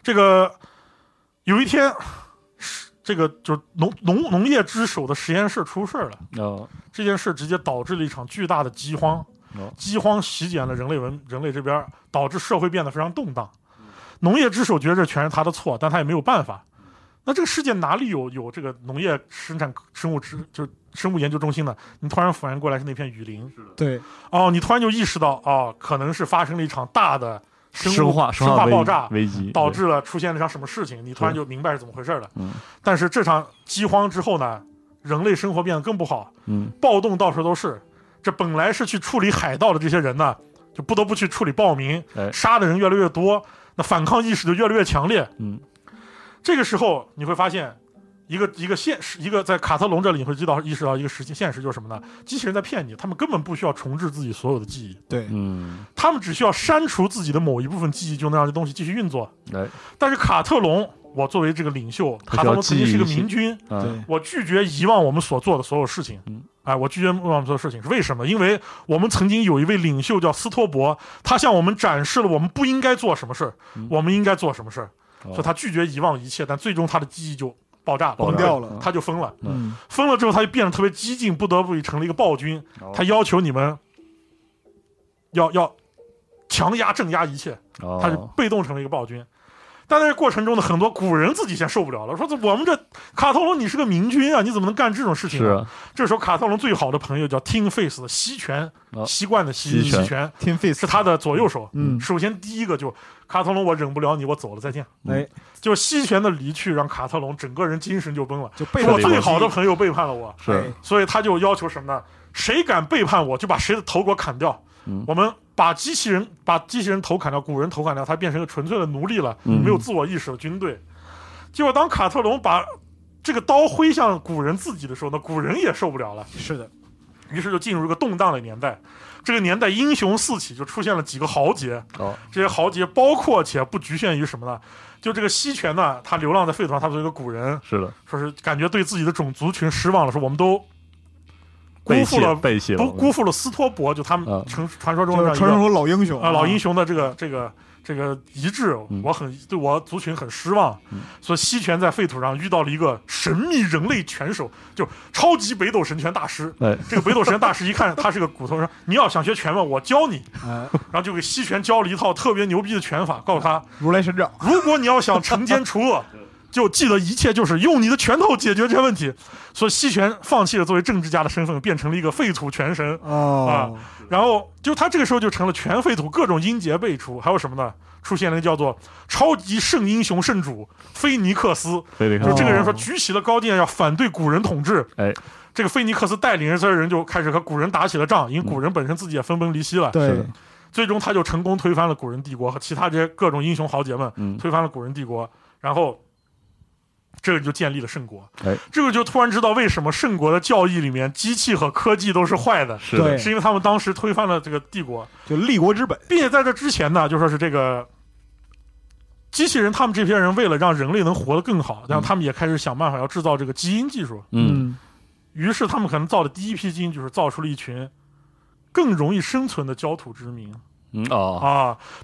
C: 这个有一天，是这个就是农农农业之首的实验室出事儿了。
A: 哦
C: 这件事直接导致了一场巨大的饥荒
A: 哦，
C: 饥荒席卷了人类文人类这边儿，导致社会变得非常动荡。农业之首觉得这全是他的错，但他也没有办法。那这个世界哪里有有这个农业生产生物之就是生物研究中心呢？你突然反应过来是那片雨林
B: 对，
C: 哦，你突然就意识到哦，可能是发生了一场大的生物
A: 生化
C: 生
A: 化
C: 化
A: 危
C: 爆炸，
A: 危机
C: 导致了出现了一场什么事情，你突然就明白是怎么回事了。
A: 嗯
C: 但是这场饥荒之后呢，人类生活变得更不好，
A: 对嗯
C: 暴动到处都是。这本来是去处理海盗的这些人呢，就不得不去处理暴民，
A: 哎
C: 杀的人越来越多，那反抗意识就越来越强烈。
A: 嗯，
C: 这个时候你会发现，一个一个现实，一个在卡特隆这里你会知道意识到一个实际现实就是什么呢？机器人在骗你，他们根本不需要重置自己所有的记忆，
B: 对，
A: 嗯
C: 他们只需要删除自己的某一部分记忆，就能让这东西继续运作。
A: 哎
C: 但是卡特隆，我作为这个领袖，
A: 他
C: 卡特隆
A: 需
C: 曾
A: 要记忆
C: 经是一个
A: 一些
C: 明君，
A: 啊
B: 对
C: 我拒绝遗忘我们所做的所有事情。
A: 嗯
C: 哎，我拒绝遗忘我们所有事情是为什么？因为我们曾经有一位领袖叫斯托伯，他向我们展示了我们不应该做什么事儿，我们应该做什么事儿。
A: 嗯哦
C: 所以他拒绝遗忘一切，但最终他的记忆就爆炸了，
A: 爆
B: 炸掉了
C: 他就疯了。
B: 嗯，
C: 疯了之后，他就变得特别激进，不得不成了一个暴君。
A: 哦
C: 他要求你们要要强压镇压一切，
A: 哦
C: 他就被动成了一个暴君。但在这过程中呢，很多古人自己先受不了了，说这我们这卡特隆你是个明君啊，你怎么能干这种事情
A: 是
C: 呢？
A: 啊
C: 这时候卡特隆最好的朋友叫 Tin Face 的西泉，
A: 哦
C: 西冠的西
A: 西泉
C: 西泉
B: 天 face
C: 是他的左右手。
B: 嗯
C: 首先第一个就卡特隆，我忍不了你，我走了，再见。
B: 哎，
C: 就西泉的离去让卡特隆整个人精神就崩了，
B: 就被哎
C: 说我
A: 了
C: 最好的朋友背叛了我，
A: 是啊
C: 所以他就要求什么呢？谁敢背叛我，就把谁的头给我砍掉。
A: 嗯
C: 我们把机器人把机器人头砍掉，古人头砍掉，他变成一个纯粹的奴隶了，
A: 嗯
C: 没有自我意识的军队。结果当卡特隆把这个刀挥向古人自己的时候呢，古人也受不了了，
B: 是的，
C: 于是就进入一个动荡的年代。这个年代英雄四起，就出现了几个豪杰。
A: 哦
C: 这些豪杰包括且不局限于什么呢？就这个西泉呢，他流浪在废土上，他作为一个古人，
A: 是的，
C: 说是感觉对自己的种族群失望了，说我们都
A: 背
C: 辜负
A: 弃
C: 了
A: 背弃了
C: 不辜负了斯托伯，就他们
A: 嗯
C: 传传说中
B: 就
C: 的
B: 是
C: 这
B: 传
C: 样一
B: 说老英雄
C: 个啊老英雄的这个这个这个遗志
A: 嗯，
C: 我很对我族群很失望，所以西泉在废土上遇到了一个神秘人类拳手，就超级北斗神拳大师。
A: 哎
C: 这个北斗神拳大师一看他是个骨头，说你要想学拳嘛，我教你，
B: 哎，
C: 然后就给西泉教了一套特别牛逼的拳法，告诉他
B: 如来神掌，
C: 如果你要想惩奸除 恶，就记得一切就是用你的拳头解决这些问题。所以西拳放弃了作为政治家的身份，变成了一个废土拳神。
B: 哦，
C: 然后就他这个时候就成了全废土各种音节辈出，还有什么呢？出现了一个叫做超级圣英雄圣主菲尼克斯，
A: 非得
C: 就
A: 看
C: 是这个人说
B: 哦
C: 举起了高剑要反对古人统治。
A: 哎
C: 这个菲尼克斯带领着这些人就开始和古人打起了仗，
A: 嗯
C: 因为古人本身自己也分崩离析了。
A: 是
B: 对
A: 的，
C: 最终他就成功推翻了古人帝国和其他这些各种英雄豪杰们，
A: 嗯
C: 推翻了古人帝国，然后这个就建立了圣国。
A: 哎
C: 这个就突然知道为什么圣国的教义里面机器和科技都是坏的，
A: 是
B: 对，
C: 是因为他们当时推翻了这个帝国，
B: 就立国之本，
C: 并且在这之前呢，就说是这个机器人，他们这些人为了让人类能活得更好，然后他们也开始想办法要制造这个基因技术。
A: 嗯，
C: 于是他们可能造的第一批基因就是造出了一群更容易生存的焦土之民
A: 嗯哦，
C: 啊，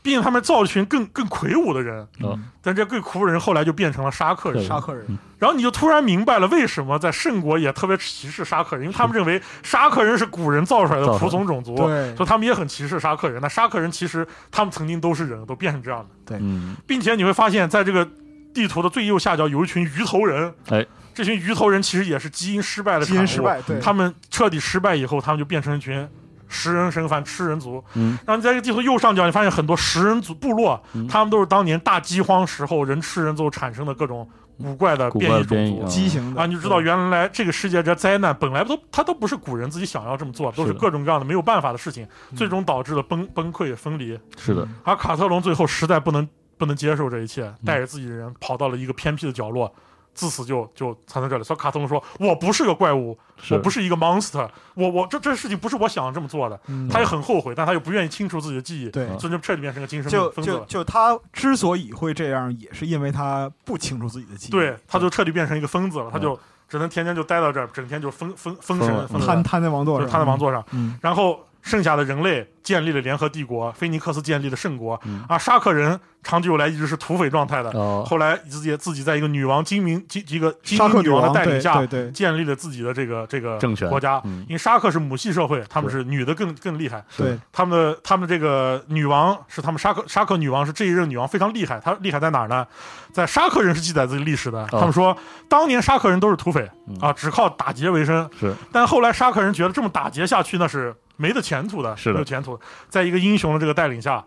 C: 并且他们造了一群更更魁梧的人，
A: 哦
C: 但这更魁梧的人后来就变成了沙克人
A: 对。
B: 沙克人，
C: 然后你就突然明白了为什么在圣国也特别歧视沙克人，因为他们认为沙克人是古人造出来的
A: 造出来的
C: 仆从种族，
B: 对
C: 所以他们也很歧视沙克人。那沙克人其实他们曾经都是人，都变成这样的。
A: 嗯，
C: 并且你会发现在这个地图的最右下角有一群鱼头人，
A: 哎，
C: 这群鱼头人其实也是基因失败的
B: 基
C: 产物，啊
B: 因失败，对，
C: 他们彻底失败以后，他们就变成一群食人神番吃人族。
A: 嗯，
C: 然后你在这个地图右上角，你发现很多食人族部落，他们都是当年大饥荒时候人吃人最后产生的各种古怪的
A: 古
C: 变
A: 怪
C: 异种
A: 变异
C: 族。
B: 畸形的嗯
C: 啊，你就知道原来这个世界这灾难本来都它都不是古人自己想要这么做，都是
A: 是的
C: 各种各样的没有办法的事情，最终导致了崩崩溃分离。
A: 是的，
C: 而卡特隆最后实在不能不能接受这一切，带着自己的人跑到了一个偏僻的角落，自此就就藏在这里。所以卡特隆说：“我不是个怪物，
A: 是
C: 我不是一个 monster，我我这这事情不是我想这么做的。
B: 嗯
C: 他也啊很后悔，但他又不愿意清除自己的记忆，
B: 对
C: 所以就彻底变成个精神
B: 就
C: 病疯子
B: 就
C: 了。
B: 就他之所以会这样，也是因为他不清楚自己的记忆，
C: 对，他就彻底变成一个疯子了，他就只能天天就待到这儿，整天就疯疯疯
A: 疯
C: 神
A: 了
C: 疯
B: 瘫
C: 神，
B: 瘫在王座
C: 就是
B: 上，
C: 瘫在王座上。
B: 嗯，
C: 然后剩下的人类建立了联合帝国，菲尼克斯建立了圣国，
A: 嗯
C: 而沙克人长久以来一直是土匪状态的，
A: 哦，
C: 后来自己自己在一个女王精明精一个精
B: 沙克
C: 明女王的带
B: 对
C: 领下
B: 对，对，
C: 建立了自己的这个这个
A: 政权
C: 国家。
A: 嗯
C: 因为沙克是母系社会，他们是女的更更厉害。
B: 对，
C: 他们的他们这个女王是他们沙克沙克女王是这一任女王非常厉害，她厉害在哪儿呢？在沙克人是记载这个历史
B: 哦
C: 的，他们说当年沙克人都是土匪
A: 嗯
C: 啊，只靠打劫为生。
A: 是，
C: 但后来沙克人觉得这么打劫下去那是没得前途的，
A: 是的
C: 没有前途。在一个英雄的这个带领下，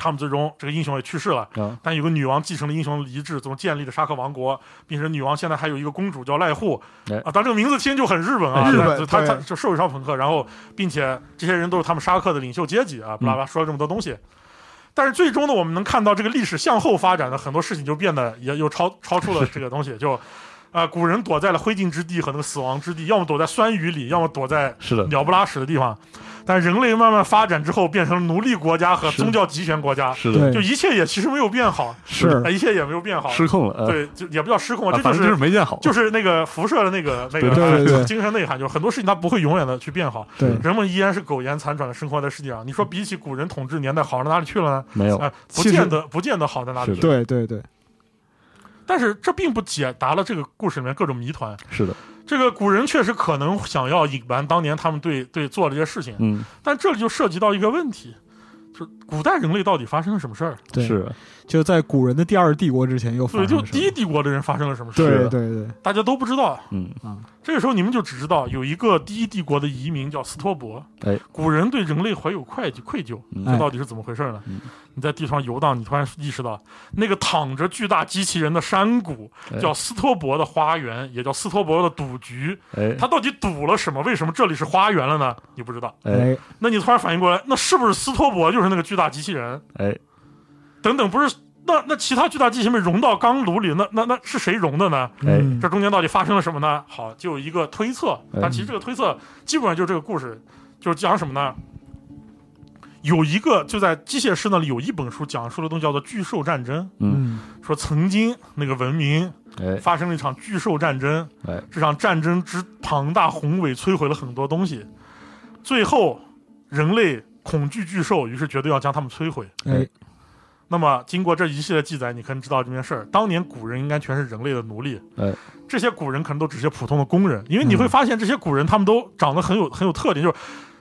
C: 他们最终这个英雄也去世了。
A: 啊，
C: 但有个女王继承了英雄的遗志，总建立了沙克王国，并且女王现在还有一个公主叫濑户
A: 哎，
C: 啊，当然这个名字听就很日本啊，
B: 日
C: 但
B: 本
C: 就他
B: 对
C: 他就受伤朋克，然后并且这些人都是他们沙克的领袖阶级
A: 嗯
C: 啊，巴拉巴拉说了这么多东西。但是最终呢，我们能看到这个历史向后发展的很多事情就变得也又超超出了这个东西，就， 啊、古人躲在了灰烬之地和那个死亡之地，要么躲在酸雨里，要么躲在
A: 是的，
C: 鸟不拉屎的地方。但人类慢慢发展之后，变成了奴隶国家和
A: 是
C: 宗教集权国家，
A: 是的，
C: 就一切也其实没有变好，
B: 是
C: 啊，一切也没有变好，
A: 失控了，呃，
C: 对，就也不叫失控，
A: 啊
C: 这就
A: 反正
C: 是、
A: 就是没见好，
C: 就是那个辐射的那个那
A: 对
C: 个
B: 对对
C: 呃精神内涵，就是很多事情它不会永远的去变好，
B: 对
C: 人们依然是苟延残喘的生活在世界上。你说比起古人统治年代好到哪里去了呢？
A: 没有
C: 啊、，不见得不见得好在哪里
A: 是
C: 去。
A: 的
B: 对对对，
C: 但是这并不解答了这个故事里面各种谜团。
A: 是的，
C: 这个古人确实可能想要隐瞒当年他们对对做的这些事情，
A: 嗯，
C: 但这里就涉及到一个问题，就是古代人类到底发生了什么事儿？
B: 对
A: 是
B: 就在古人的第二帝国之前又发
C: 对，
B: 生
C: 就
B: 了什
C: 第
B: 么
C: 一帝国的人发生了什么事儿？
A: 是
B: 对对
A: 的
B: 对
C: 大家都不知道。
A: 嗯，
C: 这个时候你们就只知道有一个第一帝国的移民叫斯托伯，
A: 哎，
C: 古人对人类怀有愧疚愧疚，
A: 嗯
C: 这到底是怎么回事呢？
A: 嗯
C: 你在地上游荡，你突然意识到那个躺着巨大机器人的山谷
A: 哎
C: 叫斯托伯的花园，也叫斯托伯的赌局，
A: 哎，
C: 它到底赌了什么？为什么这里是花园了呢？你不知道。
A: 哎，
B: 哎
C: 那你突然反应过来，那是不是斯托伯就是那个巨大机器人？
A: 哎，
C: 等等，不是。那那其他巨大机器人被融到钢炉里，那那那是谁融的呢？
A: 哎
B: 嗯
C: 这中间到底发生了什么呢？好，就有一个推测，
A: 哎
C: 但其实这个推测基本上就是这个故事，就是讲什么呢？有一个就在机械师那里有一本书讲述的东西叫做巨兽战争，
B: 嗯
C: 说曾经那个文明
A: 哎，
C: 发生了一场巨兽战争，
A: 哎
C: 这场战争之庞大宏伟摧毁了很多东西，最后人类恐惧巨兽，于是决定要将它们摧毁。
B: 哎
C: 那么经过这一系列记载，你可能知道这件事儿。当年古人应该全是人类的奴隶，
A: 哎
C: 这些古人可能都只是普通的工人，因为你会发现这些古人他们都长得很有很有特点，就是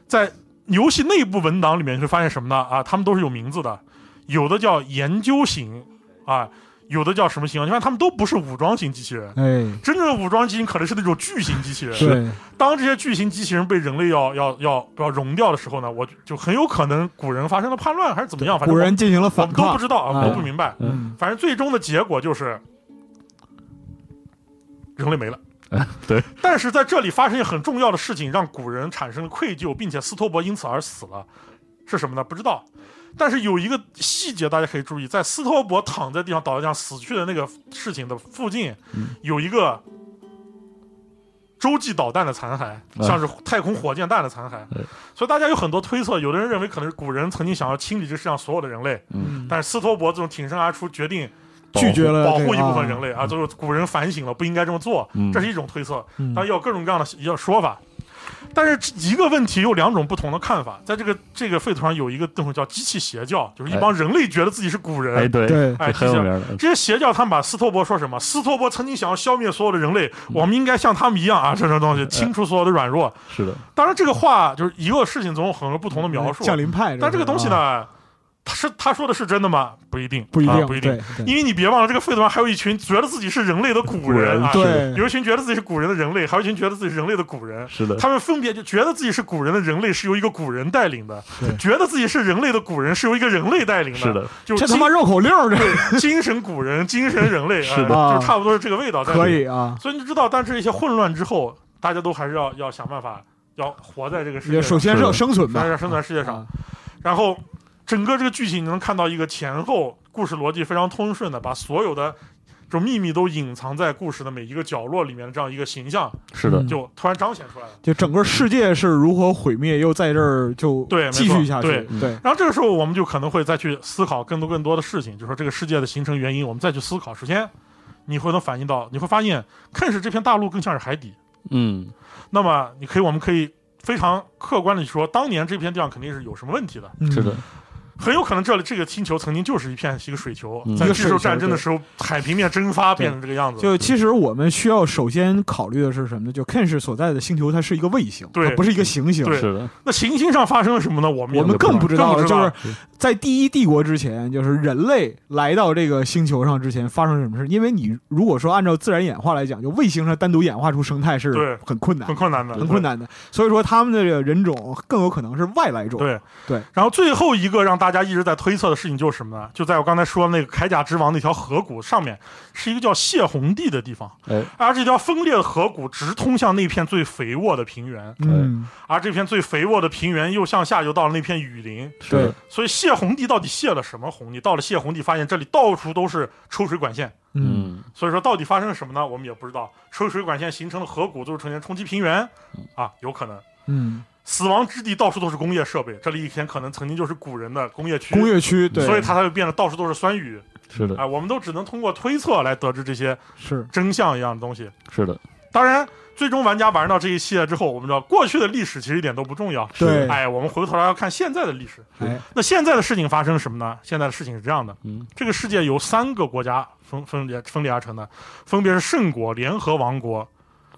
C: 在游戏内部文档里面你会发现什么呢？啊，他们都是有名字的，有的叫研究型，啊，有的叫什么型？你看他们都不是武装型机器人。
B: 哎，
C: 真正的武装机器人可能是那种巨型机器人，
B: 对
C: 当这些巨型机器人被人类要要要要融掉的时候呢，我就就很有可能古人发生了叛乱还是怎么样，反正
B: 古人进行了
C: 我
B: 反
C: 们都不
B: 抗，
C: 知道啊，
B: 哎
C: 都不明白。
B: 嗯
C: 反正最终的结果就是人类没了。
A: 对，
C: 但是在这里发生一个很重要的事情，让古人产生了愧疚，并且斯托伯因此而死了。是什么呢？不知道。但是有一个细节大家可以注意，在斯托伯躺在地上倒在地上死去的那个事情的附近，有一个洲际导弹的残骸，像是太空火箭弹的残骸。所以大家有很多推测，有的人认为可能是古人曾经想要清理这世上所有的人类，嗯但是斯托伯这种挺身而出，决定
B: 嗯拒绝了
C: 保
B: 这
C: 护
B: 个
C: 一部分人类啊，就是古人反省了，不应该这么做，
A: 嗯
C: 这是一种推测
B: 嗯，
C: 当然有各种各样的一个说法。但是这一个问题有两种不同的看法，在这个这个废土上有一个东西叫机器邪教，就是一帮
B: 哎
C: 人类觉得自己是古
A: 哎
C: 人。
A: 对
B: 对
C: 哎
A: 很有名的，
C: 这些邪教他们把斯托伯说什么？斯托伯曾经想要消灭所有的人类，
B: 嗯
C: 我们应该像他们一样啊，这种
B: 哎
C: 东西清除所有的软弱。
A: 是的，
C: 当然，这个话就是一个事情总有很多不同的描述，啊
B: 降临派，
C: 但这个东西
B: 啊
C: 呢，他是他说的是真的吗？不一定，
B: 不一
C: 啊
B: 定，
C: 不一定。
B: 对，对
C: 因为你别忘了，这个废土上还有一群觉得自己是人类的古人啊，
B: 古人对
C: 有一群觉得自己是古人的人类，还有一群觉得自己是人类的古人，
A: 是的，
C: 他们分别就觉得自己是古人的人类是由一个古人带领的
B: 对，
C: 觉得自己是人类的古人是由一个人类带领的，
A: 是的，
C: 就
B: 这
C: 是
B: 他妈绕口令儿，这
C: 精神古人、精神人 类，
A: 是的
C: 哎就差不多是这个味道。
B: 可，以啊。
C: 所以你知道，但是一些混乱之后，大家都还是要要想办法，要活在这个世界
B: 也首
C: 上，
B: 先是要生存吧
C: 在，生存世界上
B: 啊。
C: 然后整个这个剧情你能看到一个前后故事逻辑非常通顺的，把所有的这种秘密都隐藏在故事的每一个角落里面的这样一个形象，
A: 是的
B: 嗯，
C: 就突然彰显出来了。
B: 就整个世界是如何毁灭，又在这儿就
C: 对没错
B: 继续下去
C: 对，
B: 对，
C: 然后这个时候，我们就可能会再去思考更多更多的事情，就是说这个世界的形成原因，我们再去思考。首先，你会能反映到，你会发现，看似这片大陆更像是海底。
A: 嗯，
C: 那么，你可以，我们可以非常客观的说，当年这片地方肯定是有什么问题的，
B: 嗯
A: 是的，，很
C: 很有可能这里这个星球曾经就是一片一个水球
A: 嗯，
C: 在
A: 一
B: 个
C: 巨
B: 水
C: 兽
B: 球
C: 战争的
B: 对
C: 时候，海平面蒸发
B: 对
C: 变成这个样子。
B: 嗯就其实我们需要首先考虑的是什么呢？就 Ken 是所在的星球，它是一个卫星，
C: 对
B: 它不是一个行星。
C: 对
A: 是的，
C: 那行星上发生了什么呢？我们也
B: 我们更不知道，
C: 更不知
B: 就
C: 道
B: 是在第一帝国之前，就是人类来到这个星球上之前发生什么事。因为你如果说按照自然演化来讲，就卫星上单独演化出生态
C: 对
B: 是很困难
C: 很、困难的，
B: 很困
C: 难。
B: 难的。所以说，他们的这个人种更有可能是外来种。
C: 对
B: 对。
C: 然后最后一个让大家一直在推测的事情就是什么呢？就在我刚才说那个铠甲之王那条河谷上面，是一个叫谢洪地的地方，
A: 哎，
C: 而这条分裂的河谷直通向那片最肥沃的平原，
B: 嗯，
C: 而这片最肥沃的平原又向下游到了那片雨林。
A: 是
B: 对
A: 的，，
C: 所以谢洪地到底泄了什么洪？你到了谢洪地，发现这里到处都是抽水管线。
B: 嗯，
A: 嗯，
C: 所以说，到底发生了什么呢？我们也不知道。抽水管线形成的河谷，最后呈现冲击平原，啊，有可能。
B: 嗯，
C: 死亡之地到处都是工业设备，这里以前可能曾经就是古人的工业区，
B: 工业区，对，
C: 所以它才会变得到处都是酸雨。
A: 是的，
C: 哎，我们都只能通过推测来得知这些
B: 是
C: 真相一样的东西。
A: 是的，
C: 当然，最终玩家玩到这一系列之后，我们知道过去的历史其实一点都不重要。
B: 对，
C: 哎，我们回头来要看现在的历史。
B: 哎，
C: 那现在的事情发生什么呢？现在的事情是这样的：
A: 嗯
C: 这个世界由三个国家分分裂分裂而成的，分别是圣国、联合王国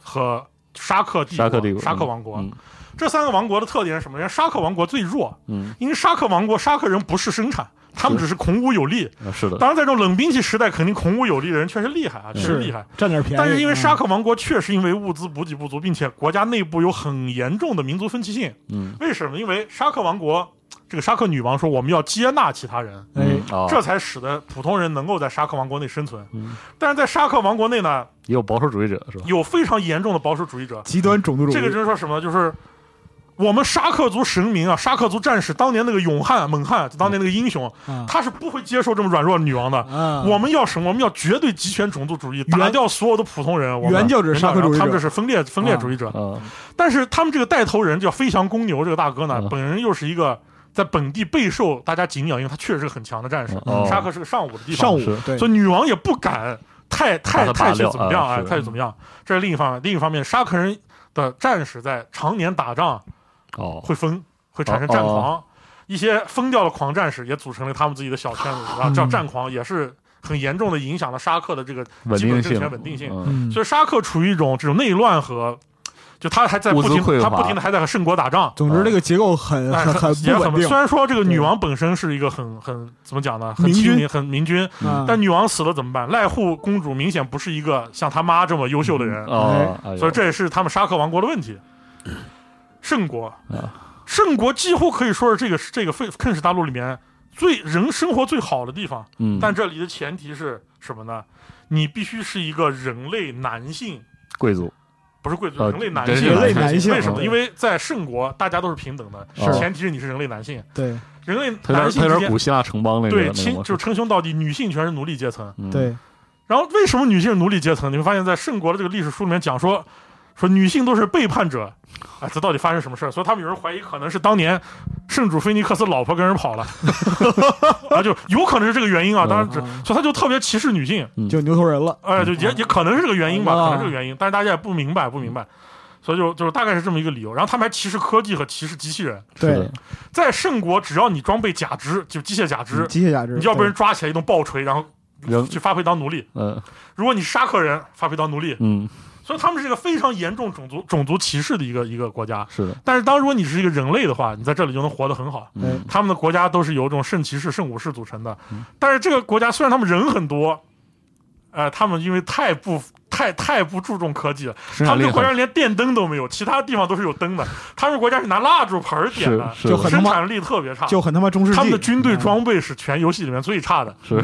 C: 和沙克帝国。
A: 沙克帝国，
C: 沙克王国、
A: 嗯
C: 这三个王国的特点是什么？人家沙克王国最弱，
A: 嗯，
C: 因为沙克王国沙克人不是生产，他们
A: 是
C: 只是孔武有力。
A: 啊是的，
C: 当然，在这种冷兵器时代，肯定孔武有力的人确实厉
A: 嗯
C: 害啊，确实
B: 是
C: 厉害。
B: 占点便宜。
C: 但是因为沙
B: 嗯
C: 克王国确实因为物资补给不足，并且国家内部有很严重的民族分歧性。
A: 嗯，
C: 为什么？因为沙克王国这个沙克女王说我们要接纳其他人，
B: 哎
A: 嗯，啊，
C: 这才使得普通人能够在沙克王国内生存。
A: 嗯
C: 但是在沙克王国内呢，
A: 也有保守主义者是吧？
C: 有非常严重的保守主义者。
B: 极端种族主义，
C: 这个就是说什么呢？就是我们沙克族神明啊，沙克族战士当年那个勇悍猛汉，就当年那个英雄，
B: 啊
C: 他是不会接受这么软弱的女王的。
B: 啊，
C: 我们要什么？我们要绝对集权种族主义，打
B: 原
C: 掉所有的普通人。我们
B: 原教旨沙克主义者嗯
C: 他们这是分裂分裂主义者。
A: 啊，
C: 但是他们这个带头人叫飞翔公牛这个大哥呢
A: 嗯，
C: 本人又是一个在本地备受大家敬仰，因为他确实是个很强的战士。
A: 哦
C: 沙克是个尚武的地方，
B: 上午
A: 是
B: 对
C: 所以女王也不敢太太
A: 把他
C: 太
A: 罢
C: 去
A: 料
C: 怎么样
A: 啊
C: 啊，
A: 是
C: 太去怎么样。这是另一方面，另一方面，沙克人的战士在常年打仗
A: 哦，
C: 会疯，会产生
A: 哦
C: 战
A: 哦
C: 狂。一些疯掉的狂战士也组成了他们自己的小圈子啊，叫
B: 嗯
C: 战狂，也是很严重的影响了沙克的这个
A: 稳
C: 基本
A: 定
C: 政
A: 性，
C: 权稳定性。
A: 嗯
B: 嗯
C: 所以沙克处于一种这种内乱和，就他还在不
A: 物资
C: 停
A: 匮，
C: 他
A: 乏
C: 不停的还在和圣国打仗。
B: 总之，这个结构很
C: 哎
B: 很很
C: 也
B: 不
C: 很
B: 稳定
C: 虽。然说这个
B: 对
C: 女王本身是一个很很怎么讲呢，很
B: 明
C: 亲
B: 君
C: 民很明君，
B: 啊
C: 但女王死了怎么办？赖护公主明显不是一个像她妈这么优秀的人，
A: 哦，哎呦
C: 所以这也是他们沙克王国的问题。圣国
A: 啊，
C: 圣国几乎可以说是这个这个非坑史大陆里面最人生活最好的地方，
A: 嗯，
C: 但这里的前提是什么呢？你必须是一个人类男性，
A: 贵族
C: 不不是贵族，
A: 呃
C: 人类男
A: 人
C: 性。
A: 类
B: 男性
C: 为什么？
B: 对
C: 因为在圣国大家都是平等的，
A: 是
C: 前提是你是人类男性。
B: 对
C: 人类
A: 他有点他
C: 男性
A: 有
C: 之
A: 点
C: 间
A: 古希腊城邦那个那
C: 对
A: 个
C: 亲
A: 模式
C: 就是称兄道弟，女性全是奴隶阶层。
A: 嗯
B: 对，
C: 然后为什么女性是奴隶阶层？你会发现在圣国的这个历史书里面讲说，说女性都是背叛者。哎，这到底发生什么事儿？所以他们有人怀疑，可能是当年圣主菲尼克斯老婆跟人跑了， 啊，就有可能是这个原因啊。当然只，
B: 嗯
C: 所以他就特别歧视女性。
A: 嗯
B: 就牛头人了。
C: 哎，就也也可能是这个原因吧，
B: 啊
C: 可能是这个原因，但是大家也不明白，不明白，所以就就是大概是这么一个理由。然后他们还歧视科技和歧视机器人，
A: 是
B: 对
A: 的，，
C: 在圣国，只要你装备假肢，就机械假
A: 嗯
C: 肢，
B: 机械假肢，
C: 你就要被人抓起来一顿暴锤，然后
A: 人
C: 去发配当奴隶；
A: 嗯
C: 如果你是沙克人，发配当奴隶。
A: 嗯，
C: 所以他们是一个非常严重种族种族歧视的一个一个国家。
A: 是的，
C: 但是当如果你是一个人类的话，你在这里就能活得很好。
A: 嗯
C: 他们的国家都是由这种圣骑士、圣武士组成的
A: 嗯，
C: 但是这个国家虽然他们人很多，呃，他们因为太不太太不注重科技了，
A: 生
C: 他
A: 产
C: 们
A: 力
C: 这个国家
A: 很
C: 连电灯都没有，其他地方都是有灯的，他们国家是拿蜡烛盆儿点
A: 是
C: 的，
A: 是
B: 就很他
C: 生
B: 妈
C: 产力特别差。
B: 就很他妈中世纪。嗯
C: 他们的军
A: 嗯
C: 队装备是全游戏里面最差的，
A: 是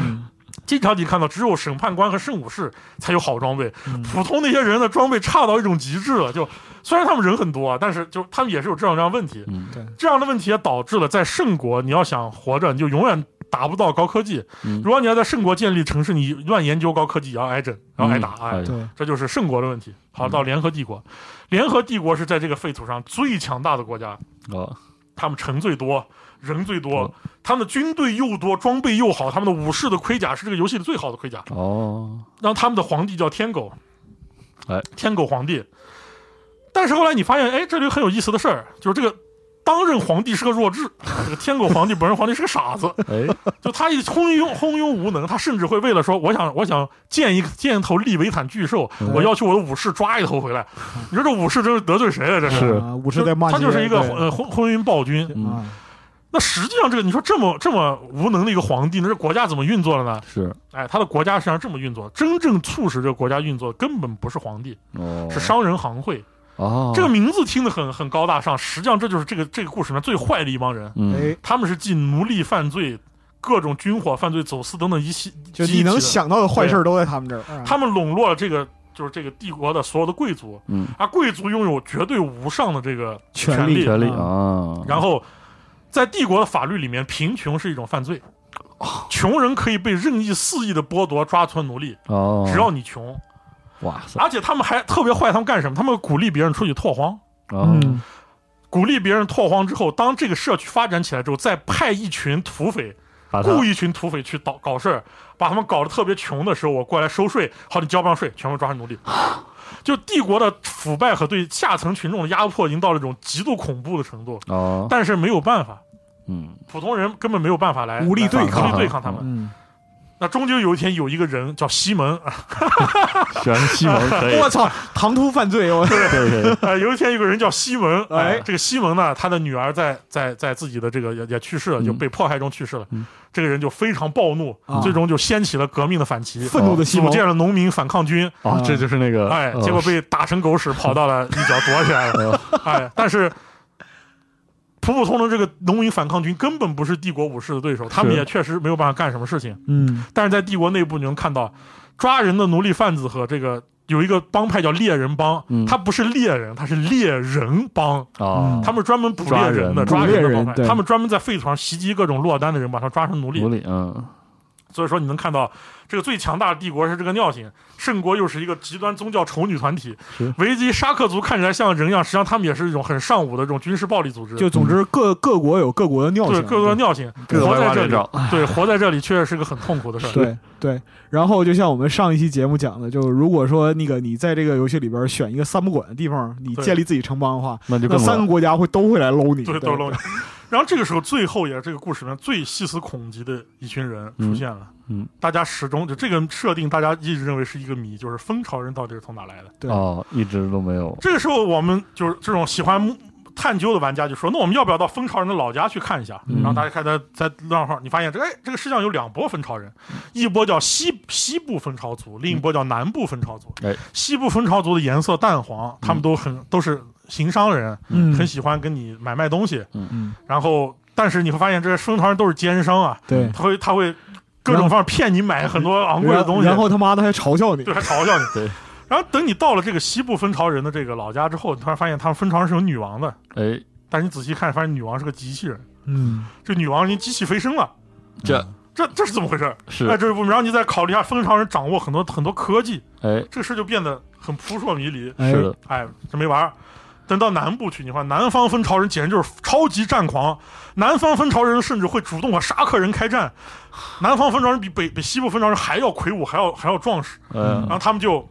C: 经常你看到只有审判官和圣武士才有好装备，
B: 嗯
C: 普通那些人的装备差到一种极致了。就虽然他们人很多啊，但是就他们也是有这样这样问题。
A: 嗯
C: 这样的问题也导致了在圣国，你要想活着，你就永远达不到高科技。
A: 嗯
C: 如果你要在圣国建立城市，你乱研究高科技，也要挨整，然后挨打。
A: 嗯
C: 哎，
A: 哎
B: 对，
C: 这就是圣国的问题。好，到联合帝国，联合帝国是在这个废土上最强大的国家，
A: 哦，
C: 他们城最多，人最多
A: 嗯，
C: 他们的军队又多，装备又好，他们的武士的盔甲是这个游戏里最好的盔甲。
A: 哦，
C: 然后他们的皇帝叫天狗，
A: 哎，
C: 天狗皇帝。但是后来你发现，哎，这里有很有意思的事儿，就是这个当任皇帝是个弱智，这个天狗皇帝本人皇帝是个傻子，
A: 哎，
C: 就他一昏庸昏庸无能，他甚至会为了说，我想我想见一个见一头利维坦巨兽，
B: 嗯
C: 我要求我的武士抓一头回来。你说这武士真是得罪谁了？这
A: 是
B: 啊武士在骂
C: 他
B: 街，
C: 就是一个
B: 对
C: 呃昏昏庸暴君。
A: 嗯
B: 啊，
C: 那实际上，这个你说这么这么无能的一个皇帝，那这国家怎么运作的呢？
A: 是
C: 哎，他的国家实际上这么运作，真正促使这个国家运作根本不是皇帝，
A: 哦，
C: 是商人行会。
A: 哦，
C: 这个名字听得很很高大上，实际上这就是这个这个故事里面最坏的一帮人，
A: 嗯
B: 哎，
C: 他们是继奴隶犯罪、各种军火犯罪、走私等等一系
B: 就
C: 集体
B: 你能
C: 的
B: 想到的坏事儿都在他们这儿。啊
C: 他们笼络了这个就是这个帝国的所有的贵族，
A: 嗯，
C: 而贵族拥有绝对无上的这个
B: 权
C: 力，
A: 权力啊，
C: 然后在帝国的法律里面，贫穷是一种犯罪。
B: 哦
C: 穷人可以被任意肆意的剥夺、抓存奴隶，
A: 哦，
C: 只要啊你穷，
A: 哇塞，
C: 而且他们还特别坏，他们干什么？他们鼓励别人出去拓荒，
A: 哦
B: 嗯，
C: 鼓励别人拓荒之后，当这个社区发展起来之后，再派一群土匪，
A: 把啊他
C: 雇一群土匪去搞搞事儿，把他们搞得特别穷的时候，我过来收税，好，你交不上税，全部抓成奴隶。就帝国的腐败和对下层群众的压迫，已经到了一种极度恐怖的程度，
A: 哦，
C: 但是没有办法，
A: 嗯，
C: 普通人根本没有办法来
B: 无力
C: 来
B: 对抗
C: 无力对抗他们。
B: 嗯，
C: 那终究有一天，有一个人叫西蒙，啊
A: 选西蒙可
C: 哎
A: 以，
B: 我操，唐突犯 罪，我
A: 对对对，
C: 呃有一天有个人叫西蒙，哎
B: 哎，
C: 这个西蒙呢，他的女儿在在在自己的这个也也去世了，
A: 嗯
C: 就被迫害中去世了
A: 嗯。
C: 这个人就非常暴怒
B: 啊，
C: 最终就掀起了革命的反旗。
B: 愤怒的西
C: 哦组
B: 蒙，呃
C: 建了农民反抗军，
A: 啊，这就是那个，
C: 哎，
A: 哦
C: 结果被打成狗屎，跑到了一脚躲起来了，
B: 呃
C: 哎，但是普普通通这个农民反抗军根本不是帝国武士的对手，他们
A: 是
C: 也确实没有办法干什么事情。
B: 嗯，
C: 但是在帝国内部，你能看到抓人的奴隶贩子和这个有一个帮派叫猎人帮
A: 嗯，
C: 他不是猎人，他是猎人帮，
B: 嗯
A: 啊，
C: 他们专门捕猎人的
A: 抓
C: 抓
B: 人
C: 人
B: 捕猎
C: 的帮
B: 人
C: 派，
B: 对
C: 他们专门在废土上袭击各种落单的人，把他抓成奴隶
A: 奴。隶，嗯，
C: 所以说你能看到这个最强大的帝国是这个尿性，圣国又是一个极端宗教丑女团体
A: 是，
C: 维基沙克族看起来像人一样，实际上他们也是一种很尚武的这种军事暴力组织。
B: 就总之各
A: 嗯
B: 各国有各国的尿
C: 对
B: 性，啊
C: 各个尿性，
A: 各种
C: 活
A: 歪
C: 在
A: 瓜
C: 这
A: 裂
C: 里
A: 枣，
C: 对，活在这里确实是个很痛苦的事儿。
B: 对对，然后就像我们上一期节目讲的，就是如果说那个你在这个游戏里边选一个三不管的地方，你
C: 对
B: 建立自己城邦的话，
A: 那就
B: 那
A: 更
B: 三个
A: 乱
B: 国家会都会来搂你，
C: 对，都弄你。然后这个时候，最后也是这个故事里面最细思恐极的一群人出现了。
A: 嗯嗯
C: 大家始终就这个设定，大家一直认为是一个谜，就是蜂巢人到底是从哪来的？
B: 对
A: 哦，一直都没有，
C: 这个时候，我们就是这种喜欢探究的玩家就说：“那我们要不要到蜂巢人的老家去看一下？”
A: 嗯
C: 然后大家看在在路上号，你发现这个哎，这个世界上有两波蜂巢人，
B: 嗯
C: 一波叫西西部蜂巢族，另一波叫南部蜂巢族。
B: 嗯
A: 哎
C: 西部蜂巢族的颜色淡黄，他们都很都是行商人，
B: 嗯，
C: 很喜欢跟你买卖东西。
B: 嗯，
C: 然后但是你会发现这些生团都是奸商啊，
B: 对，
C: 他会他啊会各种方面骗你买很多昂贵的东西，
B: 然后他妈的还嘲笑你
C: 对，还嘲笑你。
A: 对
C: 然后等你到了这个西部蜂巢人的这个老家之后，你突然发现他们蜂巢人是有女王的，
A: 哎，
C: 但是你仔细看，发现女王是个机器人，
B: 嗯，
C: 这女王已经机器飞升了，
A: 这
C: 这这是怎么回事？
A: 是
C: 哎，这是不明白然后你再考虑一下蜂巢人掌握很多很多科技，
A: 哎，
C: 这个事就变得很扑朔迷离。
B: 哎
A: 是的，
C: 哎，这没玩儿。等到南部去，你看南方蜂巢人简直就是超级战狂，南方蜂巢人甚至会主动和沙克人开战，南方蜂巢人比北北西部蜂巢人还要魁梧，还要还要壮实，然后
A: 嗯，
C: 他们就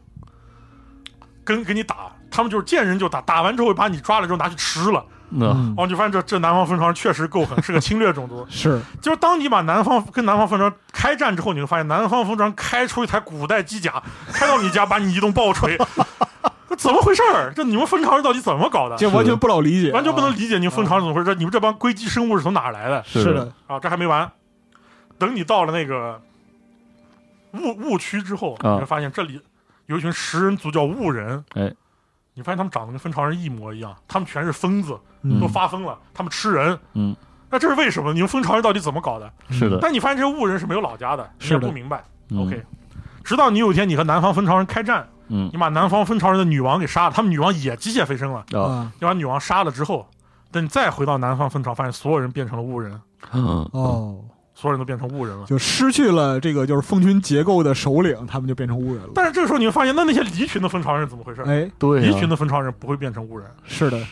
C: 跟跟你打，他们就是见人就打，打完之后把你抓了之后拿去吃了，
A: 那
C: 哦，你就发现这这南方蜂巢人确实够狠，是个侵略种族。
B: 是
C: 就是当你把南方跟南方蜂巢开战之后，你会发现南方蜂巢开出一台古代机甲，开到你家把你一顿暴锤，这怎么回事儿？这你们蜂巢人到底怎么搞的？
B: 这完全不老理解，啊
C: 完全不能理解你们蜂巢人怎么回事？你们这帮硅基生物是从哪儿来的
B: 是
A: 是
B: 的，
C: 啊？这还没完，等你到了那个雾雾区之后，
A: 啊
C: 你会发现这里有一群食人族叫雾人，
A: 哎，
C: 你发现他们长得跟蜂巢人一模一样，他们全是疯子，
B: 嗯
C: 都发疯了，他们吃人，
A: 嗯，
C: 那这是为什么？你们蜂巢人到底怎么搞的？
A: 是的，
C: 但你发现这个雾人是没有老家的，你
B: 是
C: 也
B: 的
C: 不明白。
A: 嗯
C: OK，直到你有一天你和南方蜂巢人开战，
A: 嗯
C: 你把南方蜂巢人的女王给杀了，他们女王也机械飞升了，
A: 啊，
B: 啊
C: 你把女王杀了之后，等你再回到南方蜂巢，发现所有人变成了雾人，
A: 嗯，
C: 啊
B: 哦，
C: 所有人都变成雾人了。
B: 就失去了这个就是蜂群结构的首领，他们就变成巫人了。
C: 但是这个时候你会发现，那那些离群的蜂巢人是怎么回事？
B: 哎，
A: 对
C: 离
A: 呀
C: 群的蜂巢人不会变成雾人，
B: 是的，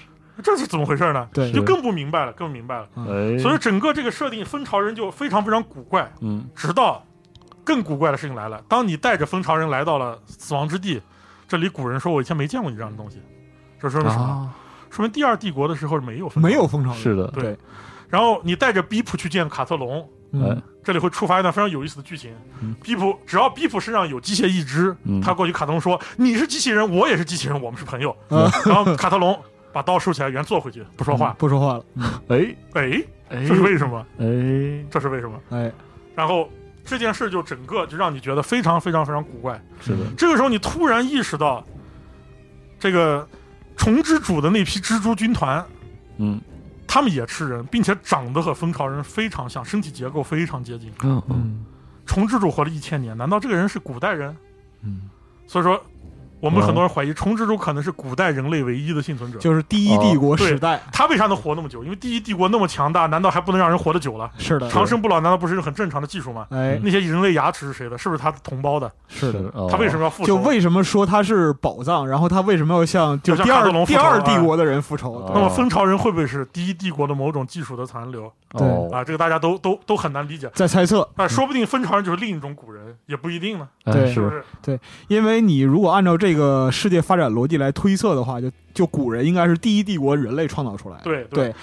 C: 这是怎么回事呢？
B: 对
C: 就更不明白了，更不明白了。
A: 哎，
C: 所以整个这个设定，蜂巢人就非常非常古怪。
A: 嗯
C: 直到更古怪的事情来了，当你带着蜂巢人来到了死亡之地，这里古人说我以前没见过你这样的东西，这说明什么？
A: 啊，
C: 说明第二帝国的时候没有蜂巢
B: 没有。蜂巢人
A: 是的，
C: 对
B: 对
C: 然后你带着逼普去见卡特隆，
A: 哎
B: 嗯，
C: 这里会触发一段非常有意思的剧情
A: 嗯。
C: 逼普只要逼普身上有机械意志，
A: 嗯
C: 他过去卡特隆说：“你是机器人，我也是机器人，我们是朋友。”
B: 嗯
C: 然后卡特隆把刀收起来，原坐回去不说话。
B: 不说话了，
A: 嗯哎
C: 哎，
A: 哎
C: 这是为什么？
A: 哎，
C: 这是为什么？
B: 哎，
C: 然后这件事就整个就让你觉得非常非常非常古怪。
A: 是的，
C: 这个时候你突然意识到，这个虫之主的那批蜘蛛军团，
A: 嗯
C: 他们也吃人，并且长得和蜂巢人非常像，身体结构非常接近。
A: 嗯
B: 嗯
C: 虫之主活了一千年，难道这个人是古代人？
B: 嗯，
C: 所以说，我们
A: 嗯
C: 很多人怀疑虫之主可能是古代人类唯一的幸存者。
B: 就是第一帝国时代，
C: 他为啥能活那么久？因为第一帝国那么强大，难道还不能让人活得久了？
B: 是的，
C: 长生不老难道不是一种很正常的技术吗？
B: 哎，
C: 那些人类牙齿是谁的？是不是他的同胞的？
B: 是的。
A: 哦
C: 他为什么要复仇？
B: 就为什么说他是宝藏？然后他为什么要向就第二
C: 就像卡特隆复
B: 第
C: 仇啊
B: 二帝国的人复仇？
A: 哦
C: 那么蜂巢人会不会是第一帝国的某种技术的残留
A: 哦
C: 啊？这个大家都都都很难理解。
B: 在猜测，
C: 啊，说不定蜂巢人就是另一种古人，也不一定呢，
A: 哎
B: 对
C: 是不
A: 是
C: 是？
B: 因为你如果按照这个世界发展逻辑来推测的话，就就古人应该是第一帝国人类创造出来的。
C: 对对
B: 对，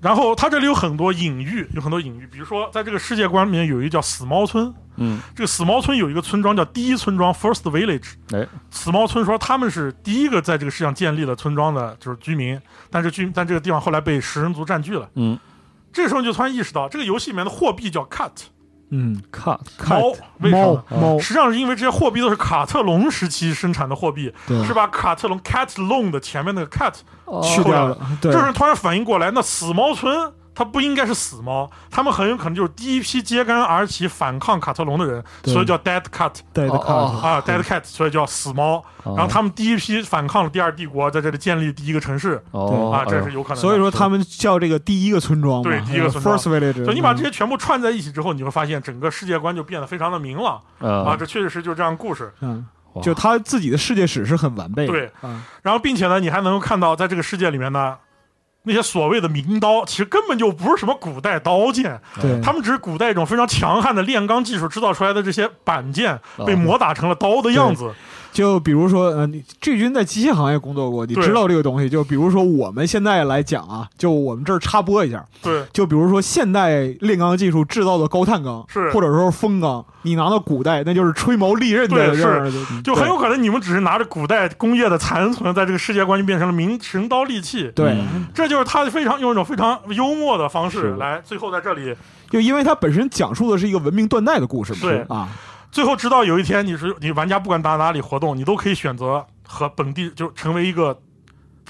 C: 然后它这里有很多隐喻，有很多隐喻，比如说在这个世界观里面有一个叫死猫村，
A: 嗯
C: 这个死猫村有一个村庄叫第一村庄 （First Village）。
A: 哎，
C: 死猫村说他们是第一个在这个世界上建立了村庄的，就是居民，但是居但这个地方后来被食人族占据了。
A: 嗯
C: 这时候你就突然意识到，这个游戏里面的货币叫 cat
B: 嗯，
A: 看
C: 猫
B: Cat，，
C: 为什么呢？
B: 猫
C: 实际上是因为这些货币都是卡特隆时期生产的货币，
B: 对
C: 是把卡特隆 cat loan 的前面那个 cat
B: 去掉了，对
C: 这时候突然反应过来，那死猫村它不应该是死猫，他们很有可能就是第一批揭竿而起反抗卡特隆的人，
B: 对
C: 所以叫 dead cat
B: 带的卡
A: 哦
B: 特，
C: 啊、dead cat，所以叫死猫。
B: 啊
C: 然后他们第一批反抗了第二帝国，在这里建立第一个城市
A: 哦
C: 啊，
A: 哎
C: 这
A: 呦
C: 是有可能的。
B: 所以说他们叫这个第一个村庄嘛，呃
C: 对第一个村庄
B: first village。嗯
C: 所以你把这些全部串在一起之后，你会发现整个世界观就变得非常的明朗啊，
A: 啊
C: 这确实是就这样的故事。
B: 嗯，
A: 哇
B: 就他自己的世界史是很完备的。
C: 对
B: 啊，
C: 然后并且呢，你还能够看到在这个世界里面呢，那些所谓的名刀，其实根本就不是什么古代刀剑，
B: 对，
C: 他们只是古代一种非常强悍的炼钢技术制造出来的这些板件
A: 哦
C: 被磨打成了刀的样子。
B: 就比如说，呃，你志军在机械行业工作过，你
C: 对
B: 知道这个东西。就比如说我们现在来讲啊，就我们这儿插播一下，
C: 对，
B: 就比如说现代炼钢技术制造的高碳钢，
C: 是
B: 或者说风钢，你拿到古代那就是吹毛利刃的
C: 对
B: 刃儿，
C: 就很有可能你们只是拿着古代工业的残存，在这个世界观就变成了名神刀利器。
B: 对，
A: 嗯
C: 这就是他非常用一种非常幽默的方
A: 是
C: 式
A: 的
C: 来，最后在这里，
B: 就因为它本身讲述的是一个文明断代的故事嘛，
C: 对
B: 啊，
C: 最后直到有一天你是你玩家不管打哪里活动，你都可以选择和本地就成为一个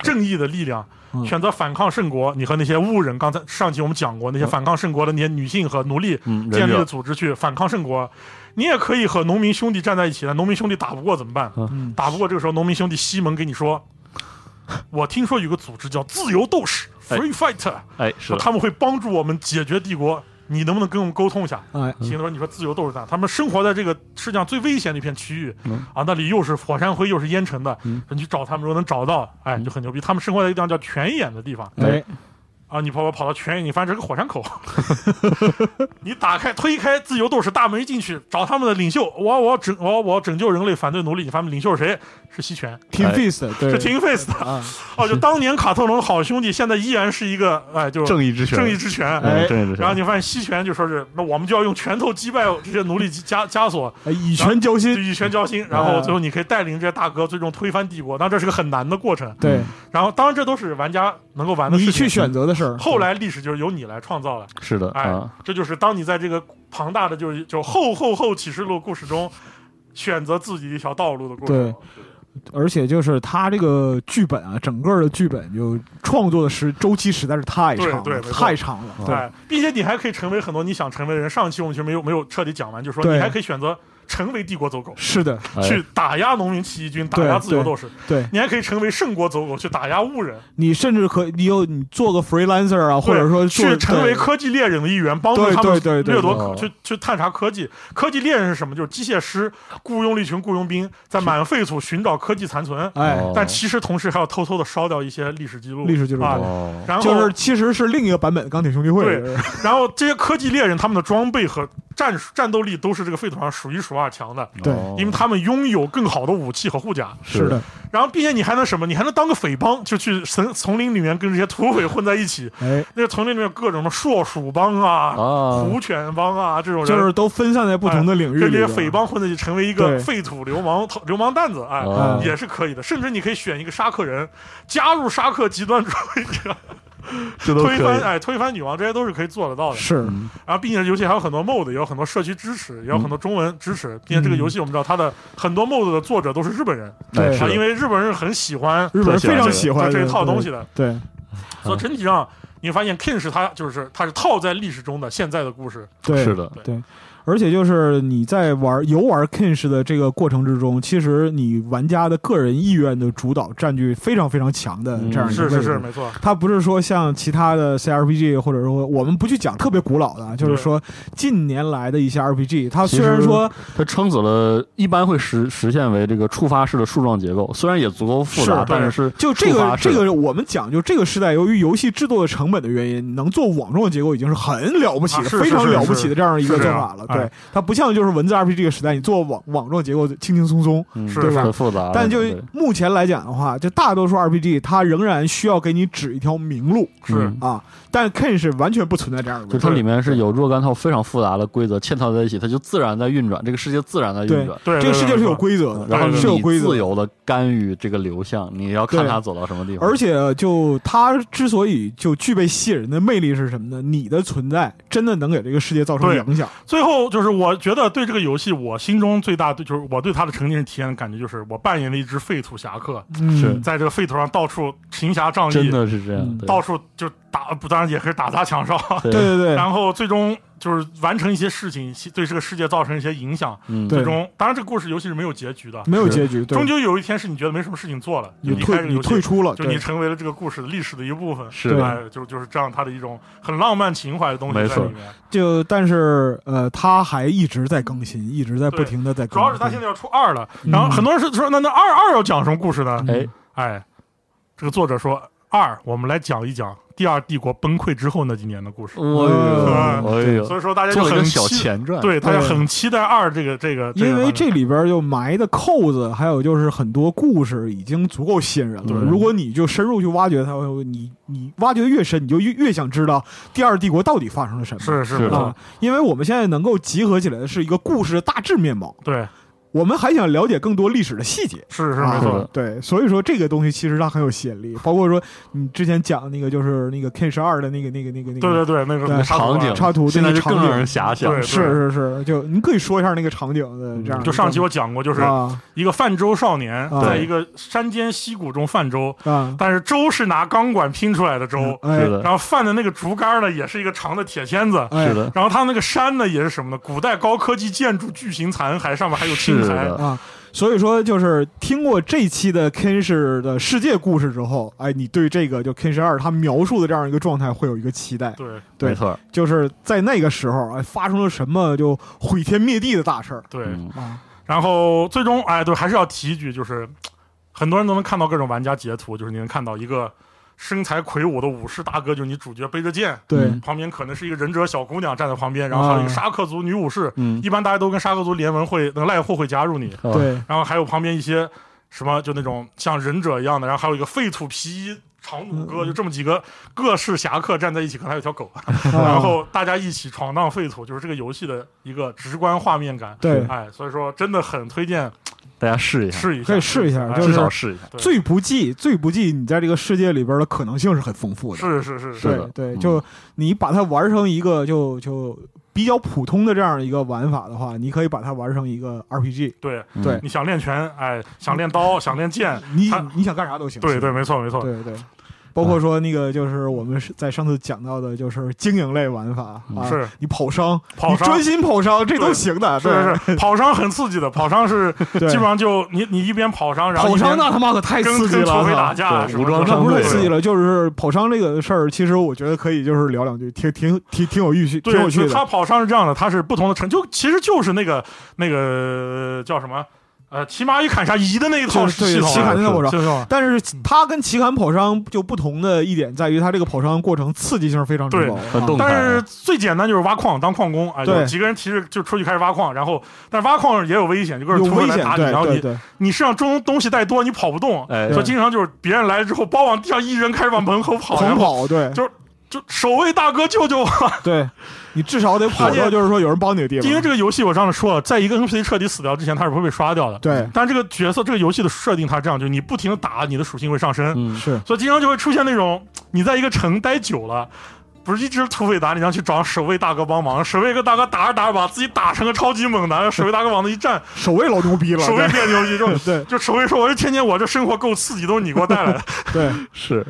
C: 正义的力量
B: 嗯
C: 选择反抗圣国，你和那些误人，刚才上期我们讲过那些反抗圣国的那些女性和奴隶
A: 嗯
C: 建
A: 忍
C: 立
A: 者
C: 的组织去反抗圣国，你也可以和农民兄弟站在一起，但农民兄弟打不过怎么
A: 啊
C: 办？
B: 嗯
C: 打不过这个时候，农民兄弟西蒙给你说，我听说有个组织叫自由斗士
A: 哎
C: （Free Fighter），
A: 哎，是
C: 说
A: 的，
C: 他们会帮助我们解决帝国，你能不能跟我们沟通一下？
B: 哎，
A: 嗯
C: 行，他说你说自由斗士团，他们生活在这个世界上最危险的一片区域、
A: 嗯
C: 啊，那里又是火山灰又是烟尘的，说你去找他们，如果能找到，哎，
A: 嗯
C: 就很牛逼。他们生活在一个地方叫泉眼的地方
B: 哎，
C: 啊，你跑跑跑到泉眼，你发现这是个火山口， 你打开推开自由斗士大门一进去，找他们的领袖，我我要拯我我要拯救人类，反对奴隶，你发现领袖是谁？是西泉，
B: 挺
A: 哎
B: fist，对，
C: 是 Tin Face 的
B: 啊，
C: 哦，就当年卡特隆的好兄弟，现在依然是一个哎，就是
A: 正义之拳，
C: 正义之拳，
A: 哎，正义之
C: 然后
A: 拳，
C: 你发现西泉就说是，那我们就要用拳头击败这些奴隶枷枷锁，
B: 哎以拳交
C: 就
B: 心，
C: 一拳交心，
A: 啊
C: 然后最后你可以带领这些大哥最终推翻帝国。当然这是个很难的过程，
B: 对
C: 然后当然这都是玩家能够玩的
B: 你
C: 事
B: 去
C: 情。
B: 选择的事儿。
C: 后来历史就是由你来创造了，
A: 是的
C: 哎
A: 啊，，
C: 这就是当你在这个庞大的就是就后后后启示录故事中选择自己一条道路的过程。
B: 而且就是他这个剧本啊，整个的剧本就创作的时周期实在是太
C: 对
B: 长
C: 对
B: 了，
C: 没错
B: 太长了。对，
C: 哎，并且你还可以成为很多你想成为的人。上一期我们其实没有没有彻底讲完，就是说
B: 对
C: 你还可以选择成为帝国走狗，
B: 是的，
A: 哎
C: 去打压农民起义军，打
B: 对
C: 压自由
B: 对
C: 斗士。
B: 对
C: 你还可以成为胜国走狗，去打压误人，
B: 你甚至可你有你做个 freelancer 啊，或者说
C: 去
B: 做
C: 成
B: 对
C: 为科技猎人的一员，帮助
B: 对
C: 他们
B: 对对对哦
C: 掠夺
A: 对
C: 科，去去探查科技。科技猎人是什么？就是机械师雇佣了一群雇佣兵，在满废土寻找科技残存，
B: 哎，
A: 哦
C: 但其实同时还要偷偷的烧掉一些历史记录。
B: 历史记录
C: 啊，
A: 哦，
C: 然后
B: 就是其实是另一个版本的钢铁兄弟会，
C: 对然后这些科技猎人他们的装备和战术战斗力都是这个废土上数一数二强的。
B: 对
A: 哦
C: 因为他们拥有更好的武器和护甲，
B: 是的，，
C: 然后并且你还能什么？你还能当个匪帮，就去森丛林里面跟这些土匪混在一起，
B: 哎，
C: 那个丛林里面有各种什么硕鼠帮啊、
A: 啊，
C: 虎犬帮啊这种人，
B: 就是都分散在不同的领域
C: 哎跟
B: 里
C: 这
B: 边
C: 些匪帮混在一起，成为一个
B: 对
C: 废土流氓头流氓蛋子，哎，
A: 哦
C: 也是可以的。甚至你可以选一个沙克人，加入沙克极端主义者，
A: 这都可
C: 推翻
A: 以，
C: 哎推翻女王，这些都是可以做得到的。
B: 是
A: 嗯
C: 然后，并且游戏还有很多 MOD，也有很多社区支持，也有很多中文支持。并且这个游戏我们知道，它的很多 MOD 的作者都是日本人，
A: 哎，
B: 对
A: 是
C: 啊，
A: 的
C: 因为日本人很喜欢
B: 日本人
A: 特喜欢这个
B: 非常喜欢
C: 这一套东
B: 对
C: 西的。
B: 对，
C: 所以整体上，你会发现 King 是它就是它是套在历史中的现在的故事。
B: 对
A: 是的
B: 对。而且就是你在玩游玩 Kinsh 的这个过程之中，其实你玩家的个人意愿的主导占据非常非常强的这样一个
C: 嗯是
B: 位置。
C: 是是，没错。
B: 它不是说像其他的 CRPG，或者说我们不去讲特别古老的啊，就是说近年来的一些 RPG，它虽然说
A: 它撑死了，一般会实实现为这个触发式的树状结构，虽然也足够复杂，
B: 是
A: 但是是
B: 就这
A: 触
B: 个
A: 发式
B: 这
A: 的
B: 个我们讲究这个时代，由于游戏制作的成本的原因，能做网状结构已经是很了不起
C: 啊
B: 的、
C: 是
B: 非常
C: 是是
B: 了不起的这样一个
C: 是
B: 做
C: 这样
B: 法了。
C: 哎
B: 对，它不像就是文字 RPG 这个时代，你做网网状结构轻轻松松。
A: 嗯
C: 是
A: 对
C: 是
A: 很复杂的，
B: 但就
A: 对
B: 目前来讲的话，就大多数 RPG 它仍然需要给你指一条明路
C: 是
A: 嗯
B: 啊，但 Ken 是完全不存在这样的
A: 就
B: 问题
A: 它。里面是有若干套非常复杂的规则嵌套在一起，它就自然在运转，这个世界自然在运转。
C: 对，
B: 这个世界是有
C: 对
B: 规则的，
A: 然后
C: 对
A: 你
C: 对
B: 是有规则
A: 自
B: 的。
A: 由的干预这个流向，你要看
B: 对
A: 它走到什么地方。
B: 而且，就它之所以就具备吸引人的魅力是什么呢？你的存在真的能给这个世界造成
C: 对
B: 影响。
C: 最后就是，我觉得对这个游戏，我心中最大对就是我对它的成年体验的感觉，就是我扮演了一只废土侠客，
B: 嗯
A: 是
C: 在这个废土上到处行侠仗
A: 真
C: 义，
A: 的是这样
B: 嗯，
A: 对
C: 到处就打，不当然也可以打砸抢烧，
A: 对
B: 对对对，
C: 然后最终就是完成一些事情，对这个世界造成一些影响。
A: 嗯
B: 对
C: 最终，当然这个故事游戏是没有结局的，
B: 没有结局，对
C: 终究有一天是你觉得没什么事情做了，就
B: 你
C: 离开这
B: 退
C: 个
B: 你
C: 游戏，
B: 退出了，
C: 就
B: 对
C: 你成为了这个故事的历史的一部分。
A: 是的
C: 哎就就是这样，它的一种很浪漫情怀的东
A: 没
C: 西在
A: 错
C: 里面。
B: 就但是呃，他还一直在更新，一直在不停的在更
C: 主
B: 新。
C: 要是他现在要出二了，
B: 嗯
C: 然后很多人是说，那那二二要讲什么故事呢？
A: 哎，
C: 哎，这个作者说，二我们来讲一讲第二帝国崩溃之后那几年的故事。
A: 哎
C: 嗯
A: 呦，哎呦，
C: 所以说大家就
A: 做了一个
C: 很
A: 小
C: 期，
A: 前传，
C: 对，大家
B: 对
C: 很期待二这个这个，
B: 嗯
C: 个
B: 因为
C: 版本
B: 这里边就埋的扣子，还有就是很多故事已经足够吸引人
A: 对
B: 了。如果你就深入去挖掘它，你你挖掘的越深，你就越越想知道第二帝国到底发生了什么。啊
C: 是是
A: 是
C: 没
A: 的
C: 错
B: 啊，因为我们现在能够集合起来的是一个故事的大致面貌，
C: 对
B: 我们还想了解更多历史的细节。
C: 是是
B: 啊
C: 没错，
B: 对，所以说这个东西其实它很有吸引力，包括说你之前讲那个就是那个 K 十二的那个那个那个那个，
C: 对对对，那个
B: 对
C: 插图
A: 场
C: 啊
A: 景
B: 插图
A: 现在
B: 那个
A: 就
B: 场
A: 更让
B: 景
A: 人遐想
C: 对。嗯
B: 是是是，就你可以说一下那个场景的这样的。
C: 就上期我讲过，就是
B: 啊
C: 一个泛舟少年
B: 啊
C: 在一个山间溪谷中泛舟，
B: 啊，
C: 但是舟是拿钢管拼出来的舟，
B: 哎
A: 是的，
C: 然后泛的那个竹竿呢也是一个长的铁签子，
B: 哎
A: 是的，
C: 然后它那个山呢也是什么呢？古代高科技建筑巨型残骸，上面还有青
A: 是
C: 苔。
A: 的，
B: 啊，所以说就是听过这期的 Ken 氏的世界故事之后，哎，你对这个就 Ken 氏二他描述的这样一个状态会有一个期待，
C: 对
B: 对
A: 没错，
B: 就是在那个时候，哎，发生了什么就毁天灭地的大事儿
C: 对，
A: 嗯
B: 啊，
C: 然后最终哎，对，还是要提一句，就是很多人都能看到各种玩家截图，就是你能看到一个身材魁梧的武士大哥，就是你主角背着剑，
B: 对，
A: 嗯
C: 旁边可能是一个忍者小姑娘站在旁边，然后还有一个
B: 啊
C: 沙克族女武士，
A: 嗯，
C: 一般大家都跟沙克族联盟会那个赖户会加入你，
A: 啊，
B: 对，
C: 然后还有旁边一些什么就那种像忍者一样的，然后还有一个废土皮衣长弩
B: 嗯
C: 哥，就这么几个各式侠客站在一起，可能还有条狗，
B: 啊
C: 然后大家一起闯荡废土，就是这个游戏的一个直观画面感。
B: 对
C: 哎，所以说真的很推荐
A: 大家试一下，
C: 试一下，
B: 可以试一下
C: 哎
B: 就
A: 至
B: 是
A: 少试一下。
C: 对
B: 最不济最不济，你在这个世界里边的可能性是很丰富的，
C: 是是是
A: 是
B: 对
A: 的
B: 对，
A: 嗯
B: 就你把它玩成一个就就比较普通的这样一个玩法的话，你可以把它玩成一个 RPG，
C: 对，
A: 嗯
B: 对
C: 你想练拳，哎，想练 刀，想练剑，
B: 你
C: 它
B: 你想干啥都行。
C: 对对，没错没错，
B: 对对，包括说那个就是我们是在上次讲到的，就是经营类玩法啊，
C: 是
B: 你跑商，
C: 跑
B: 你
C: 商
B: 专心跑商，这都行的，
C: 是是，跑商很刺激的，跑商是
B: 对
C: 基
B: 对
C: 本。上就你你一边跑商，然后
B: 跑
C: 一边
B: 商那他妈可太
C: 跟
B: 刺
C: 跟
B: 激了，
C: 土匪
B: 是吧
C: 打架，
A: 对
C: 什么
A: 武装
C: 的
B: 那
A: 商
B: 不是
A: 队
B: 太刺激了，就是跑商这个事儿，其实我觉得可以，就是聊两句，挺挺挺挺有趣，挺
C: 对，
B: 有趣
C: 就
B: 的。
C: 他跑商是这样的，他是不同的城，就其实就是那个那个叫什么，呃，骑蚂蚁砍杀一的那一套
B: 就是对
C: 系统啊，
B: 骑砍那套
C: 是
B: 我知道
C: 系统啊。
B: 但是它跟骑砍跑商就不同的一点在于，它这个跑商过程刺激性非常之
C: 对
B: 高，
A: 很动
C: 但是最简单就是挖矿当矿工，哎，
B: 啊对
C: 有几个人提着就出去开始挖矿，然后但是挖矿也有危险，就各
B: 有
C: 种土匪
B: 危
C: 来
B: 险
C: 打，你，
B: 对
C: 然后
B: 对
C: 你
B: 对，
C: 你身上装东西带多，你跑不动，
A: 哎，
C: 就经常就是别人来之后，包往地上一扔，开始往门口跑，然
B: 狂
C: 后
B: 跑，对
C: 就守卫大哥救救 我！
B: 对，你至少得跑
C: 而且
B: 到就是说有人帮你的地方，
C: 因为这个游戏我刚才说了，在一个 NPC 彻底死掉之前，他是不会被刷掉的。
B: 对
C: 但这个角色这个游戏的设定，它是这样，就是你不停的打，你的属性会上升，
A: 嗯，
B: 是
C: 所以经常就会出现那种你在一个城待久了。不是一直土匪打你，然后去找守卫大哥帮忙。守卫大哥打着打着，把自己打成个超级猛男。守卫大哥往那一 站，
B: 守卫老牛逼了，
C: 守卫变牛逼，就
B: 对 对
C: 就守卫说：“我这天天我这生活够刺激，都是你给我带来的。
B: 对。
A: 是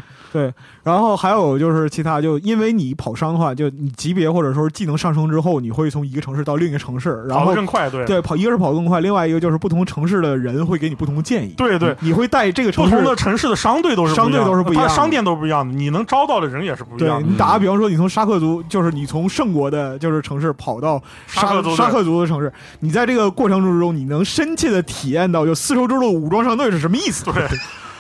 B: 然后还有就是其他，就因为你跑商的话，就你级别或者说是技能上升之后，你会从一个城市到另一个城市，” 然
C: 跑
B: 后
C: 得更快，对
B: 对跑一个是跑得更快，另外一个就是不同城市的人会给你不同的建议，
C: 对对，
B: 你会带这个城
C: 不
B: 市
C: 同的城市的商队都是
B: 商队都是不一样的
C: 它的商店都是不一样的，你能招到的人也是不一样
B: 对
C: 的。
B: 你打个比方说，你从沙克族，就是你从圣国的，就是城市跑到
C: 沙
B: 沙
C: 克族的
B: 沙克族的城市，你在这个过程之中，你能深切的体验到就丝绸之路武装商队是什么意思。
C: 对，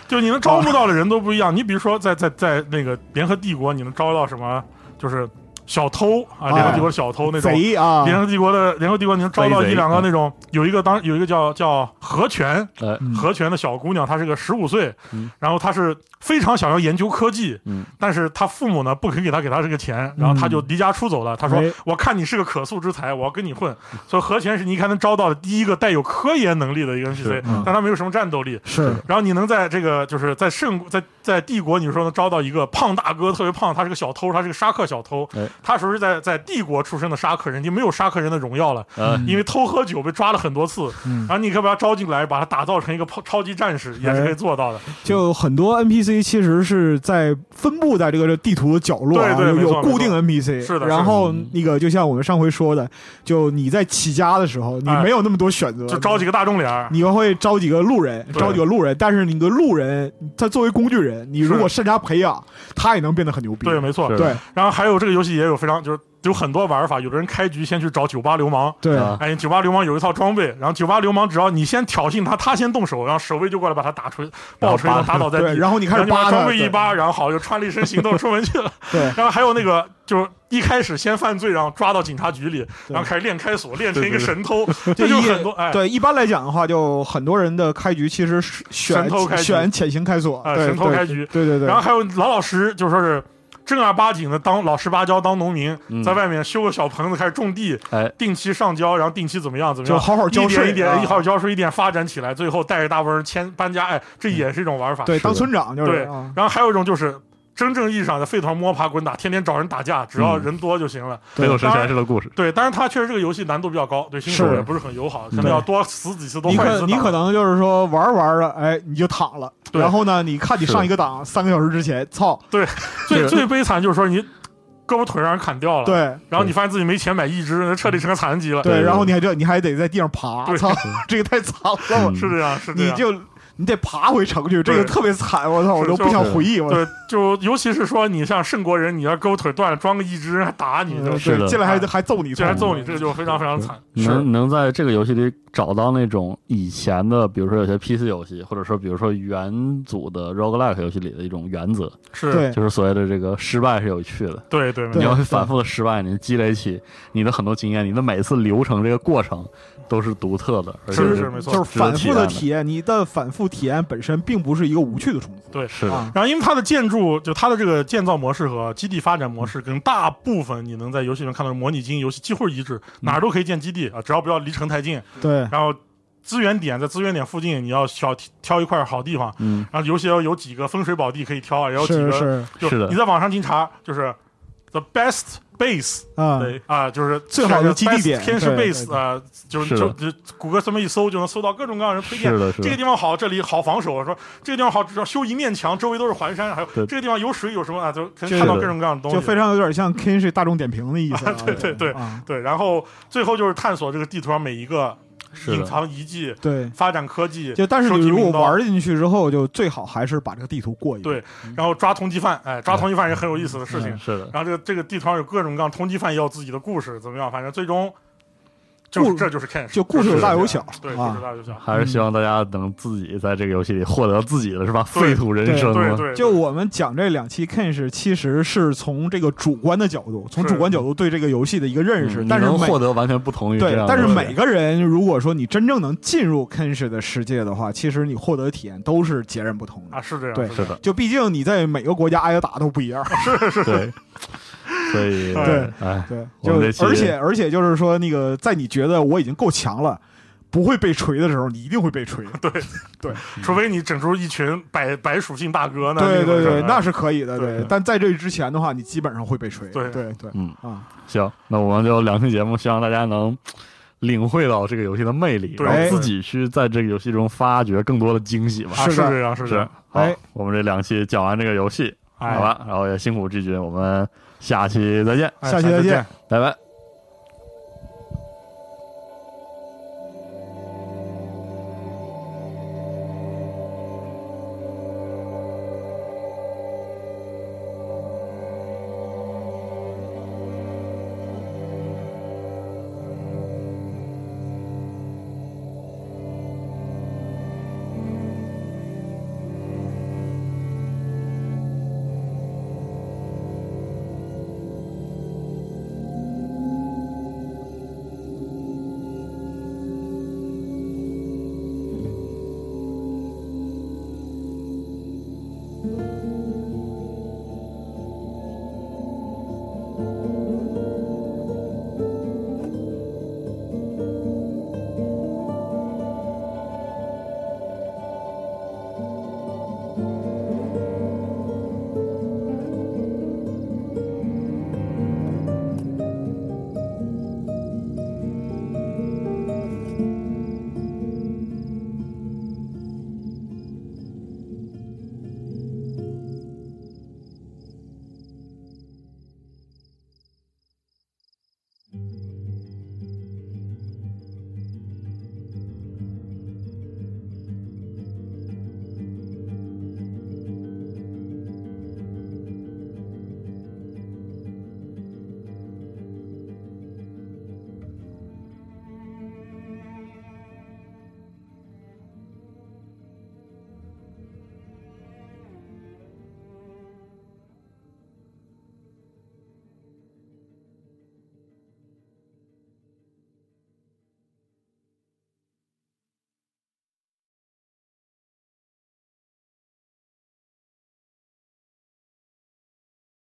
C: 就你能招募到的人都不一样。你比如说在，在在那个联合帝国，你能招到什么？就是小偷啊，联合帝国的小偷那种。
B: 贼啊，
C: 联合帝国的联合帝国，你能招到一两个那种，有一个当有一个叫叫何泉
A: 哎，
B: 嗯
C: 何泉的小姑娘，她是个十五岁
A: 嗯，
C: 然后她是非常想要研究科技
A: 嗯，
C: 但是她父母呢不肯给她给她这个钱，然后她就离家出走了。她说
B: 嗯哎：“
C: 我看你是个可塑之才，我要跟你混。”所以何泉是你看能招到的第一个带有科研能力的一个 NPC，
A: 是
B: 嗯
C: 但她没有什么战斗力，
B: 是
C: 然后你能在这个就是在圣在在帝国，你说能招到一个胖大哥，特别胖，他是个小偷，他是个沙克小偷
A: 哎，
C: 他属于在在帝国出生的沙克人，已经没有沙克人的荣耀了，
A: 呃，
C: 因为偷喝酒被抓了很多次。
B: 嗯
C: 然后你可以把他招进来，把他打造成一个超超级战士，也是可以做到的。
B: 就很多 NPC 其实是在分布在这个地图的角落啊，
C: 对对
B: 有
C: 没错
B: 有固定
C: 没
B: NPC。
C: 是的嗯
B: 然
C: 是的
B: 后那个就像我们上回说的，就你在起家的时候，你
C: 哎
B: 没有那么多选择，
C: 就招几个大众脸儿，
B: 你会招几个路人，
C: 对
B: 招几个路人，但是你个路人，他作为工具人，你如果善加培养，他也能变得很牛逼。
C: 对，没错
A: 是。
B: 对
C: 然后还有这个游戏也有非常就是有很多玩法，有的人开局先去找酒吧流氓。
B: 对
A: 啊
C: 哎，酒吧流氓有一套装备，然后酒吧流氓只要你先挑衅他，他先动手，然后守卫就过来把他打锤、爆锤，
A: 然后扒
C: 打倒在地
B: 对，。然后你开始
C: 然后
B: 扒
C: 你
B: 他，
C: 把装备一
B: 对
C: 扒，然后好就穿了一身行动出门去了。
B: 对
C: 然后还有那个就是一开始先犯罪，然后抓到警察局里，
B: 对
C: 然后开始练开锁，练成一个神偷，
B: 就
C: 这就
B: 一
C: 很多哎。
B: 对，一般来讲的话，就很多人的开局其实是选
C: 神偷开局
B: 选潜行开锁，
C: 哎
B: 对
C: 神偷
B: 对
C: 开局
B: 对对对，
C: 然后还有老老实实就说是正儿八经的当老实巴交当农民，
A: 嗯
C: 在外面修个小棚子开始种地，
A: 哎，
C: 定期上交，然后定期怎么样怎么样，
B: 就好好交税
C: 一点一
B: 啊
C: 点，一好好交税，一点发展起来，最后带着大部分人迁搬家，哎，这也是一种玩法。
B: 嗯对，
A: 是的
B: 当村长就是
C: 对
B: 啊，
C: 然后还有一种就是真正意义上的废团摸爬滚打，天天找人打架，只要
B: 嗯
C: 人多就行了。
A: 北斗神拳式的故事，
C: 对，但是它确实这个游戏难度比较高，对新手
B: 是
C: 也不是很友好，可
A: 对
C: 能要多死几次，多
B: 你
C: 换几次
B: 可你
C: 档
B: 可能就是说玩着玩着，哎，你就躺了，
C: 对啊
B: 然后呢，你看你上一个档三个小时之前，操，
C: 最最悲惨就是说你胳膊腿让人砍掉了，，
B: 对
C: 然后你发现自己没钱买义肢，那彻底成个残疾了。
A: 对
B: 对，
A: 对
B: 然后你还就你还得在地上爬，
C: 对
B: 操，这个太惨了，我
A: 嗯
C: 是这 样，是这
B: 你
C: 样。
B: 就你得爬回城去，这个
C: 啊对
B: 特别惨，我操，我都
C: 是
B: 不想
A: 是
B: 回忆，我
C: 对，就尤其是说你像圣国人，你要胳膊腿断了，装个义肢还打你，
B: 嗯
C: 就是
A: 是的
B: 对，进来还还揍你，
C: 竟然揍你，这个就非常非常惨。
A: 能能在这个游戏里找到那种以前的，比如说有些 PC 游戏，或者说比如说元祖的 roguelike 游戏里的一种原则，
C: 是，
B: 对
A: 就是所谓的这个失败是有趣的。
C: 对对，
A: 你
C: 没错
A: 要会反复的失败，你积累起你的很多经验，你的每一次流程这个过程都是独特的，而且
C: 是
A: 是
C: 没错
B: 就是反
A: 值
B: 复的
A: 得
B: 体验，你的反复体验本身并不是一个无趣的重复，
C: 对。
A: 是的，
B: 啊，
C: 然后，因为它的建筑，就它的这个建造模式和基地发展模式，
B: 嗯
C: 跟大部分你能在游戏里面看到的模拟经营游戏几乎是一致，
B: 嗯
C: 哪儿都可以建基地啊，只要不要离城太近。
B: 对，
C: 然后，资源点在资源点附近，你要小挑一块好地方。
A: 嗯，
C: 然后，游戏要有几个风水宝地可以挑啊，也有几
B: 是
C: 个
B: 是
C: 就是
A: 的
C: 你在网上经查，就是 the best base
B: 啊，
C: 对啊，就是
B: 最好的基地点
C: best 天使
B: 对
C: base 啊，就是是
A: 的
C: 就就谷歌这么一搜就能搜到各种各样的人推荐
A: 是。的，是
C: 这个
A: 的，
C: 地方好，这里好防守。说这个地方好，只要修一面墙，周围都是环山。还有
A: 对
C: 这个地方有水，有什么啊？就可
B: 就是
C: 以看到各种各样的东西。
B: 就非常有点像 Kin 是大众点评的意思啊，
C: 对对对
B: 啊
C: 对。然后最后就是探索这个地图上每一个
A: 是
C: 隐
A: 的，
C: 藏遗迹，
B: 对。
C: 发展科技，
B: 就但是
C: 收
B: 你
C: 集
B: 如果
C: 名刀
B: 玩进去之后，就最好还是把这个地图过一遍。
C: 对，然后抓通缉犯。哎，抓通缉犯也很有意思的事情。
A: 是的，
C: 然后这个这个地图上有各种各样通缉犯也有自己的故事，怎么样？反正最终就
B: 故
C: 这就是 Ken，
B: 就故事有大有小
C: 对，
B: 啊
C: 故事大有小，
A: 还是希
B: 嗯
A: 望大家能自己在这个游戏里获得自己的是吧？
C: 对
A: 废土人生啊
C: 对
A: 嘛，
C: 对，
B: 就我们讲这两期 Ken 是，其实是从这个主观的角度，从
C: 是
B: 主观角度对这个游戏的一个认识。
A: 嗯
B: 但是
A: 你能
B: 每
A: 获得完全不同于这
B: 对
A: 样的，，
B: 但是每个人如果说你真正能进入 Ken 是的世界的话，其实你获得的体验都是截然不同
C: 啊
B: 的。
C: 是这样，
B: 对
C: 这
A: 是
C: 样
A: 的，
B: 就毕竟你在每个国家挨的打都不一样。
A: 对， 所以
B: 对，
A: 哎，
B: 对，
A: 我
B: 就
A: 们这期
B: 而且而且就是说，那个在你觉得我已经够强了，不会被锤的时候，你一定会被锤。
C: 除非你整出一群百百属性大哥呢，
B: 对对对，那
C: 是
B: 是可以的，
C: 对
B: 对。但在这之前的话，你基本上会被锤。
C: 对
B: 对对，
A: 嗯
B: 啊，
A: 行，那我们就两期节目，希望大家能领会到这个游戏的魅力，
C: 对
A: 然后自己去在这个游戏中发掘更多的惊喜吧。
C: 啊是
B: 是的
C: 这样是这
A: 是
C: 样，，
A: 好
B: 哎，
A: 我们这两期讲完这个游戏，
C: 哎
A: 好吧，然后也辛苦志军，我们下期再见，
C: 哎
B: 下期再见。
A: 拜拜。